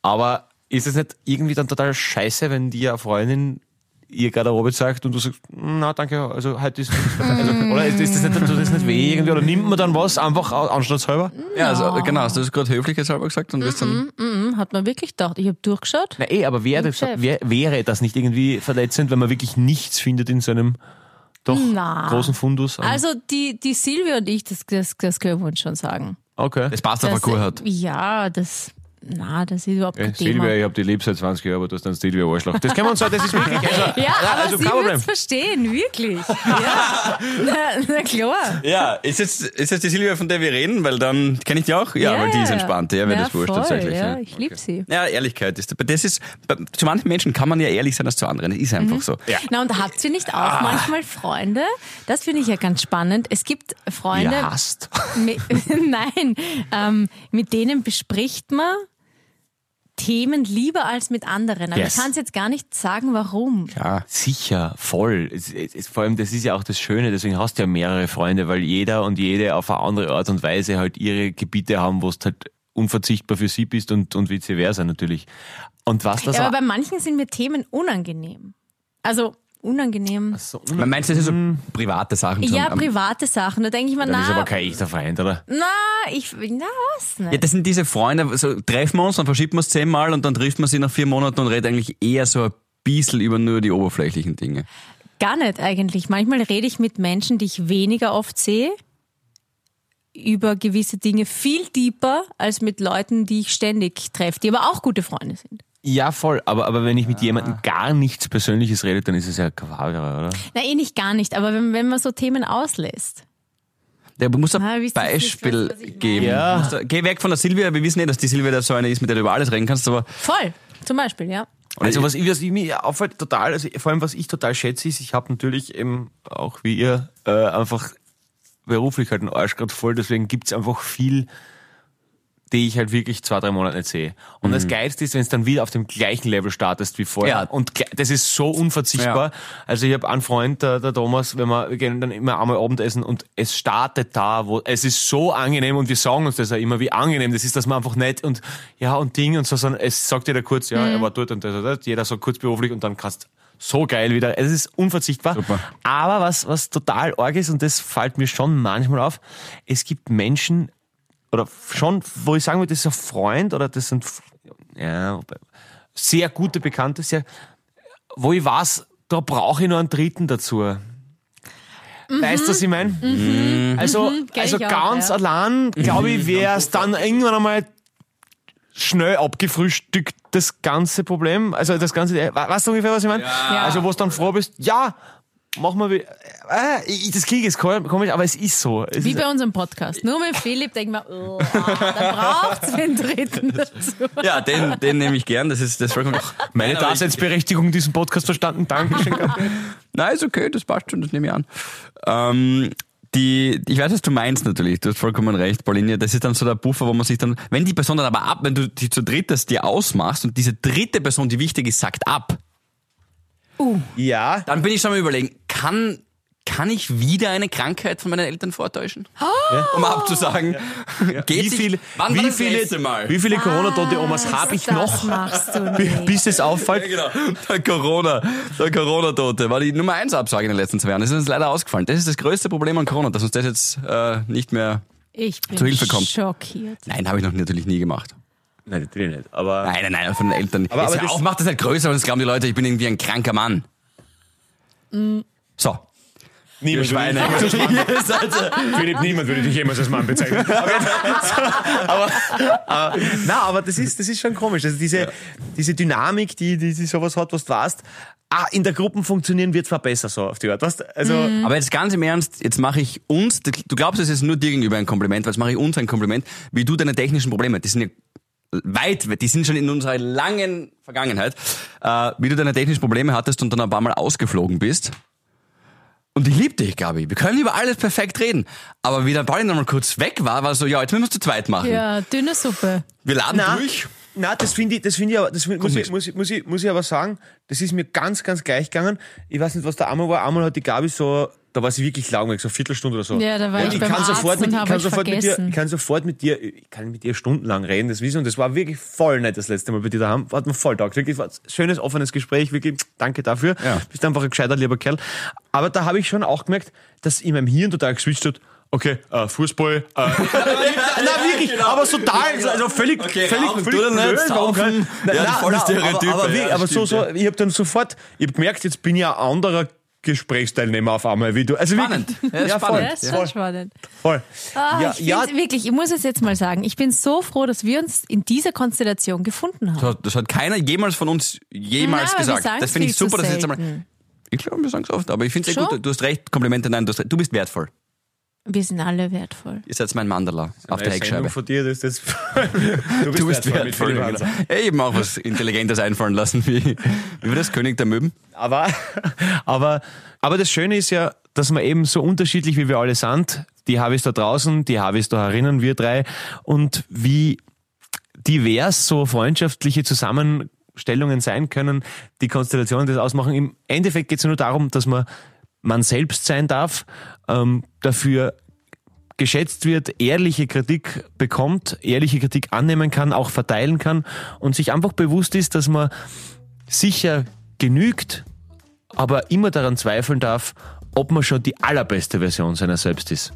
Speaker 4: Aber ist es nicht irgendwie dann total scheiße, wenn dir eine Freundin ihr Garderobe zeigt und du sagst, na danke, also heute ist also, oder ist, ist das nicht, tut das nicht weh irgendwie oder nimmt man dann was einfach au- anstandshalber?
Speaker 6: Ja, also, genau, hast du das gerade höfliches halber gesagt und wirst dann.
Speaker 5: Mhm, hat man wirklich gedacht. Ich habe durchgeschaut.
Speaker 4: Na eh, aber wäre,
Speaker 5: Geschäft.
Speaker 4: wär, wäre das nicht irgendwie verletzend, wenn man wirklich nichts findet in so einem doch
Speaker 5: Na.
Speaker 4: großen Fundus? an-
Speaker 5: Also die, die Silvia und ich, das, das, das können wir uns schon sagen.
Speaker 4: okay.
Speaker 6: Das passt auf
Speaker 5: Das-
Speaker 6: Kur hat.
Speaker 5: Ja, das, na, das ist überhaupt
Speaker 4: Äh,
Speaker 5: kein
Speaker 4: Silvia,
Speaker 5: Thema.
Speaker 4: ich habe die lieb seit 20 Jahren, aber du hast einen Silvia Arschloch. Das können wir uns sagen, das ist wirklich. Also,
Speaker 5: Ja, aber
Speaker 4: also
Speaker 5: sie
Speaker 4: kein
Speaker 5: wird
Speaker 4: Problem.
Speaker 5: es verstehen, wirklich. Ja. na, na klar.
Speaker 6: Ja, ist jetzt, ist jetzt die Silvia, von der wir reden, weil dann kenne ich die auch. Ja, weil die ist entspannt, ja, wenn das wurscht
Speaker 5: voll,
Speaker 6: tatsächlich.
Speaker 5: Ja,
Speaker 6: ja.
Speaker 5: ich liebe sie.
Speaker 6: Ja, Ehrlichkeit ist, das ist, zu manchen Menschen kann man ja ehrlich sein als zu anderen. Das ist
Speaker 5: Mhm.
Speaker 6: einfach so. Ja.
Speaker 5: Na und habt ihr nicht auch manchmal Freunde? Das finde ich ja ganz spannend. Es gibt Freunde,
Speaker 4: Ihr hasst.
Speaker 5: Mi- Nein, ähm, mit denen bespricht man Themen lieber als mit anderen. Aber
Speaker 4: Yes.
Speaker 5: ich kann es jetzt gar nicht sagen, warum.
Speaker 4: Sicher, voll. Es, es, es, vor allem, das ist ja auch das Schöne, deswegen hast du ja mehrere Freunde, weil jeder und jede auf eine andere Art und Weise halt ihre Gebiete haben, wo du halt unverzichtbar für sie bist und, und vice versa natürlich. Und was das
Speaker 5: ja,
Speaker 4: auch
Speaker 5: aber bei manchen sind mir Themen unangenehm. Also unangenehm.
Speaker 4: so
Speaker 6: Man meint, das sind so private Sachen. so
Speaker 5: Mhm. Ja,
Speaker 6: am-
Speaker 5: private Sachen. Da denke ich mir,
Speaker 4: das ist aber
Speaker 5: na,
Speaker 4: kein echter Feind, oder?
Speaker 5: na, ich, na, was ne?
Speaker 6: Ja,
Speaker 5: nicht.
Speaker 6: das sind diese Freunde, so treffen wir uns, dann verschiebt man es zehnmal und dann trifft man sie nach vier Monaten und redet eigentlich eher so ein bisschen über nur die oberflächlichen Dinge.
Speaker 5: Gar nicht eigentlich. Manchmal rede ich mit Menschen, die ich weniger oft sehe, über gewisse Dinge viel tiefer als mit Leuten, die ich ständig treffe, die aber auch gute Freunde sind.
Speaker 4: Ja, voll. Aber, aber wenn ich mit jemandem gar nichts Persönliches rede, dann ist es ja Quager, oder?
Speaker 5: Na, eh nicht gar nicht, aber wenn, wenn man so Themen auslässt.
Speaker 6: Ja, aber du musst ein
Speaker 5: Ah, wisst ihr jetzt nicht,
Speaker 6: Beispiel
Speaker 5: was- was ich meine?
Speaker 6: geben.
Speaker 4: Ja.
Speaker 6: Du musst da- Geh weg von der Silvia, wir wissen eh, dass die Silvia da so eine ist, mit der du über alles reden kannst, aber
Speaker 5: Voll, zum Beispiel, ja.
Speaker 4: Also was, ich- was ich mir auffällt total, also vor allem was ich total schätze, ist, ich habe natürlich eben auch wie ihr äh, einfach beruflich halt einen Arsch gerade voll, deswegen gibt's einfach viel, die ich halt wirklich zwei, drei Monate nicht sehe. Und das Geilste ist, wenn es dann wieder auf dem gleichen Level startest wie vorher.
Speaker 6: Ja.
Speaker 4: Und gle- das ist so unverzichtbar. Also ich habe einen Freund, der, der Thomas, wenn wir, wir gehen dann immer einmal Abendessen und es startet da, wo es ist so angenehm und wir sagen uns das ja immer, wie angenehm das ist, dass man einfach nett und ja und Ding und so, sondern es sagt jeder kurz, ja, er war dort und das, und das, jeder so kurz beruflich und dann kannst so geil wieder. Es ist unverzichtbar.
Speaker 6: Super.
Speaker 4: Aber was, was total arg ist, und das fällt mir schon manchmal auf, es gibt Menschen, oder schon, wo ich sagen würde, das ist ein Freund oder das sind F- ja, wobei- sehr gute Bekannte, sehr, wo ich weiß, da brauche ich noch einen dritten dazu. Weißt du, was ich meine? Also,
Speaker 5: kenn
Speaker 4: also
Speaker 5: ich auch,
Speaker 4: ganz
Speaker 5: ja.
Speaker 4: allein, glaube ich, wäre es dann irgendwann einmal schnell abgefrühstückt, das ganze Problem. Also das ganze, we- weißt du ungefähr, was ich meine?
Speaker 5: Ja.
Speaker 4: Also wo du dann froh bist, ja, mach mal wie, äh, ich- das klinge jetzt komisch, aber es ist so. Es
Speaker 5: Wie
Speaker 4: ist,
Speaker 5: bei unserem Podcast. Nur mit Philipp denken wir, oh, da braucht's den dritten dazu.
Speaker 6: ja, den, den nehme ich gern, das ist das ist vollkommen.
Speaker 4: meine
Speaker 6: Nein, aber ich-
Speaker 4: Daseinsberechtigung, diesen Podcast verstanden, Dankeschön.
Speaker 6: Nein, ist okay, das passt schon, das nehme ich an. Ähm, die, ich weiß, was du meinst natürlich, du hast vollkommen recht, Pauline. Das ist dann so der Puffer, wo man sich dann, wenn die Person dann aber ab, wenn du die zu dritt das dir ausmachst und diese dritte Person, die wichtig ist, sagt ab,
Speaker 4: ja.
Speaker 6: dann bin ich schon mal überlegen, kann, kann ich wieder eine Krankheit von meinen Eltern vortäuschen? Um abzusagen. Geht
Speaker 4: Wie,
Speaker 6: sich-
Speaker 4: viel,
Speaker 6: Wann war
Speaker 4: wie,
Speaker 6: das letzte
Speaker 4: viele,
Speaker 6: Mal?
Speaker 4: wie viele Corona-tote Omas habe ich
Speaker 5: Ah, Das
Speaker 4: noch,
Speaker 5: machst du
Speaker 4: bi-
Speaker 5: nicht.
Speaker 4: bis es auffällt?
Speaker 6: Ja, genau. Der Corona, der Corona-Tote war die Nummer 1 Absage in den letzten zwei Jahren. Das ist uns leider ausgefallen. Das ist das größte Problem an Corona, dass uns das jetzt äh, nicht mehr.
Speaker 5: Ich bin
Speaker 6: Zu Hilfe kommt.
Speaker 5: schockiert.
Speaker 6: Nein, habe ich noch natürlich nie gemacht.
Speaker 4: Nein, natürlich nicht, aber...
Speaker 6: Nein, nein, nein, von den Eltern.
Speaker 4: Aber-
Speaker 6: Aber,
Speaker 4: aber
Speaker 6: ja
Speaker 4: das-
Speaker 6: auch macht das nicht größer, sonst glauben die Leute, ich bin irgendwie ein kranker Mann.
Speaker 5: Mm.
Speaker 6: So. Ihr
Speaker 4: Niemand
Speaker 6: Schweine. Ihr seid-
Speaker 4: Also, Philipp, niemand würde dich jemals als Mann bezeichnen. aber, na, aber das ist, das ist schon komisch. Also diese, diese Dynamik, die, die, die sowas hat, was du weißt, ah, in der Gruppe funktionieren wir zwar besser so auf die Art. Weißt, du? also,
Speaker 5: Mhm.
Speaker 6: Aber jetzt ganz im Ernst, jetzt mache ich uns, du glaubst, es ist nur dir gegenüber ein Kompliment, weil jetzt mache ich uns ein Kompliment, wie du deine technischen Probleme, die sind ja weit, die sind schon in unserer langen Vergangenheit, äh, wie du deine technischen Probleme hattest und dann ein paar Mal ausgeflogen bist. Und ich liebe dich, Gabi. Wir können über alles perfekt reden. Aber wie der Ball dann mal kurz weg war, war so, ja, jetzt müssen wir es zu zweit machen.
Speaker 5: Ja, dünne Suppe.
Speaker 6: Wir laden
Speaker 4: Na.
Speaker 6: durch.
Speaker 1: Nein, das finde ich, das finde ich aber, das muss ich, muss, ich, muss, ich, muss ich aber sagen, das ist mir ganz, ganz gleich gegangen. Ich weiß nicht, was da einmal war. Einmal hat die Gabi so, da war sie wirklich langweilig, so eine Viertelstunde oder so.
Speaker 5: Ja, da war ich
Speaker 1: ich
Speaker 5: beim
Speaker 1: kann
Speaker 5: Arzt
Speaker 1: sofort mit,
Speaker 5: und
Speaker 1: ich
Speaker 5: hab
Speaker 1: kann
Speaker 5: euch
Speaker 1: sofort mit dir,
Speaker 5: vergessen.
Speaker 1: ich kann sofort mit dir, ich kann mit dir stundenlang reden, das wissen, und das war wirklich voll nett, das letzte Mal bei dir daheim. Hat mir voll taugt. Wirklich, war ein schönes, offenes Gespräch, wirklich, danke dafür.
Speaker 6: Ja.
Speaker 1: Bist einfach ein gescheiter, lieber Kerl. Aber da habe ich schon auch gemerkt, dass in meinem Hirn total geswitcht hat, okay, äh, Fußball, äh, na wirklich, aber so da, also völlig,
Speaker 6: Genau. Okay,
Speaker 1: völlig,
Speaker 6: rauchen
Speaker 1: völlig
Speaker 6: tut er nicht,
Speaker 1: blöd, warum
Speaker 6: saufen.
Speaker 1: kein-
Speaker 6: Ja, die
Speaker 1: na,
Speaker 6: vollen
Speaker 1: na,
Speaker 6: Stereotype,
Speaker 1: Aber, aber, wie,
Speaker 6: ja,
Speaker 1: aber so,
Speaker 6: stimmt,
Speaker 1: so, ich habe dann sofort, ich habe gemerkt, jetzt bin ich ein anderer Gesprächsteilnehmer auf einmal, wie du. Also
Speaker 6: Spannend.
Speaker 1: Wirklich,
Speaker 6: Ah, Ja,
Speaker 1: ja,
Speaker 6: ist
Speaker 1: voll,
Speaker 6: spannend.
Speaker 5: Das ist
Speaker 1: voll,
Speaker 5: schon spannend.
Speaker 1: voll.
Speaker 5: Ah,
Speaker 1: ja,
Speaker 5: ich
Speaker 1: ja,
Speaker 5: find's wirklich, ich muss es jetzt mal sagen, ich bin so froh, dass wir uns in dieser Konstellation gefunden haben.
Speaker 6: Das hat, das hat keiner jemals von uns
Speaker 5: Nein, aber
Speaker 6: jemals
Speaker 5: wir
Speaker 6: gesagt.
Speaker 5: sagen's
Speaker 6: Das finde ich
Speaker 5: viel
Speaker 6: super,
Speaker 5: zu
Speaker 6: dass jetzt einmal.
Speaker 5: selten.
Speaker 6: Ich glaube, wir sagen es oft, aber ich finde es sehr
Speaker 5: Schon?
Speaker 6: gut. Du hast recht, Komplimente, nein, du, hast, recht. du bist wertvoll.
Speaker 5: Wir sind alle wertvoll.
Speaker 6: Ihr seid mein Mandala auf der
Speaker 1: Nein,
Speaker 6: Heckscheibe.
Speaker 1: Sendung Von dir, das, das, du bist,
Speaker 6: Du bist
Speaker 1: wertvoll,
Speaker 6: wertvoll.
Speaker 1: mit
Speaker 6: genau.
Speaker 1: Philipp Hanser.
Speaker 6: Ey, eben auch was Intelligentes einfallen lassen, wie, wie war das König der Möben?
Speaker 1: Aber,
Speaker 4: Aber, aber das Schöne ist ja, dass wir eben so unterschiedlich wie wir alle sind, die Havis da draußen, die Havis da herinnen, wir drei, und wie divers so freundschaftliche Zusammenstellungen sein können, die Konstellationen die das ausmachen. Im Endeffekt geht es nur darum, dass man man selbst sein darf, ähm, dafür geschätzt wird, ehrliche Kritik bekommt, ehrliche Kritik annehmen kann, auch verteilen kann und sich einfach bewusst ist, dass man sicher genügt, aber immer daran zweifeln darf, ob man schon die allerbeste Version seiner selbst ist.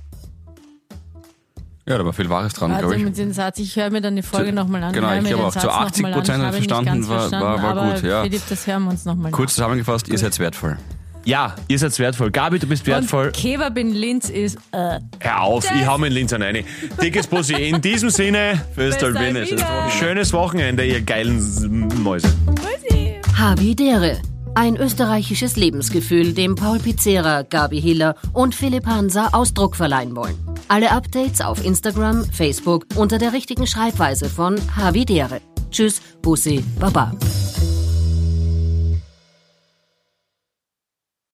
Speaker 6: Ja, da war viel Wahres dran,
Speaker 5: Also
Speaker 6: glaube ich.
Speaker 5: mit dem Satz, ich höre mir dann die Folge nochmal an.
Speaker 6: Genau,
Speaker 5: hör
Speaker 6: ich
Speaker 5: mir
Speaker 6: glaube
Speaker 5: den
Speaker 6: auch, zu
Speaker 5: Satz noch mal an.
Speaker 6: 80%
Speaker 5: Ich habe ihn nicht ganz
Speaker 6: verstanden war- war-
Speaker 5: verstanden,
Speaker 6: war
Speaker 5: aber
Speaker 6: gut, ja.
Speaker 5: Philipp, das hören wir uns nochmal
Speaker 6: Kurz zusammengefasst, ihr seid wertvoll.
Speaker 4: Ja, ihr seid wertvoll. Gabi, du bist wertvoll.
Speaker 5: Und Kebab in Linz ist äh,
Speaker 4: Hör auf, ich hau mir in Linz eine. Dickes Bussi. In diesem Sinne,
Speaker 5: Albine.
Speaker 4: schönes Wochenende, ihr geilen Mäuse.
Speaker 2: Havidere. Ein österreichisches Lebensgefühl, dem Paul Pizzera, Gabi Hiller und Philipp Hansa Ausdruck verleihen wollen. Alle Updates auf Instagram, Facebook unter der richtigen Schreibweise von Havidere. Tschüss, Bussi, Baba.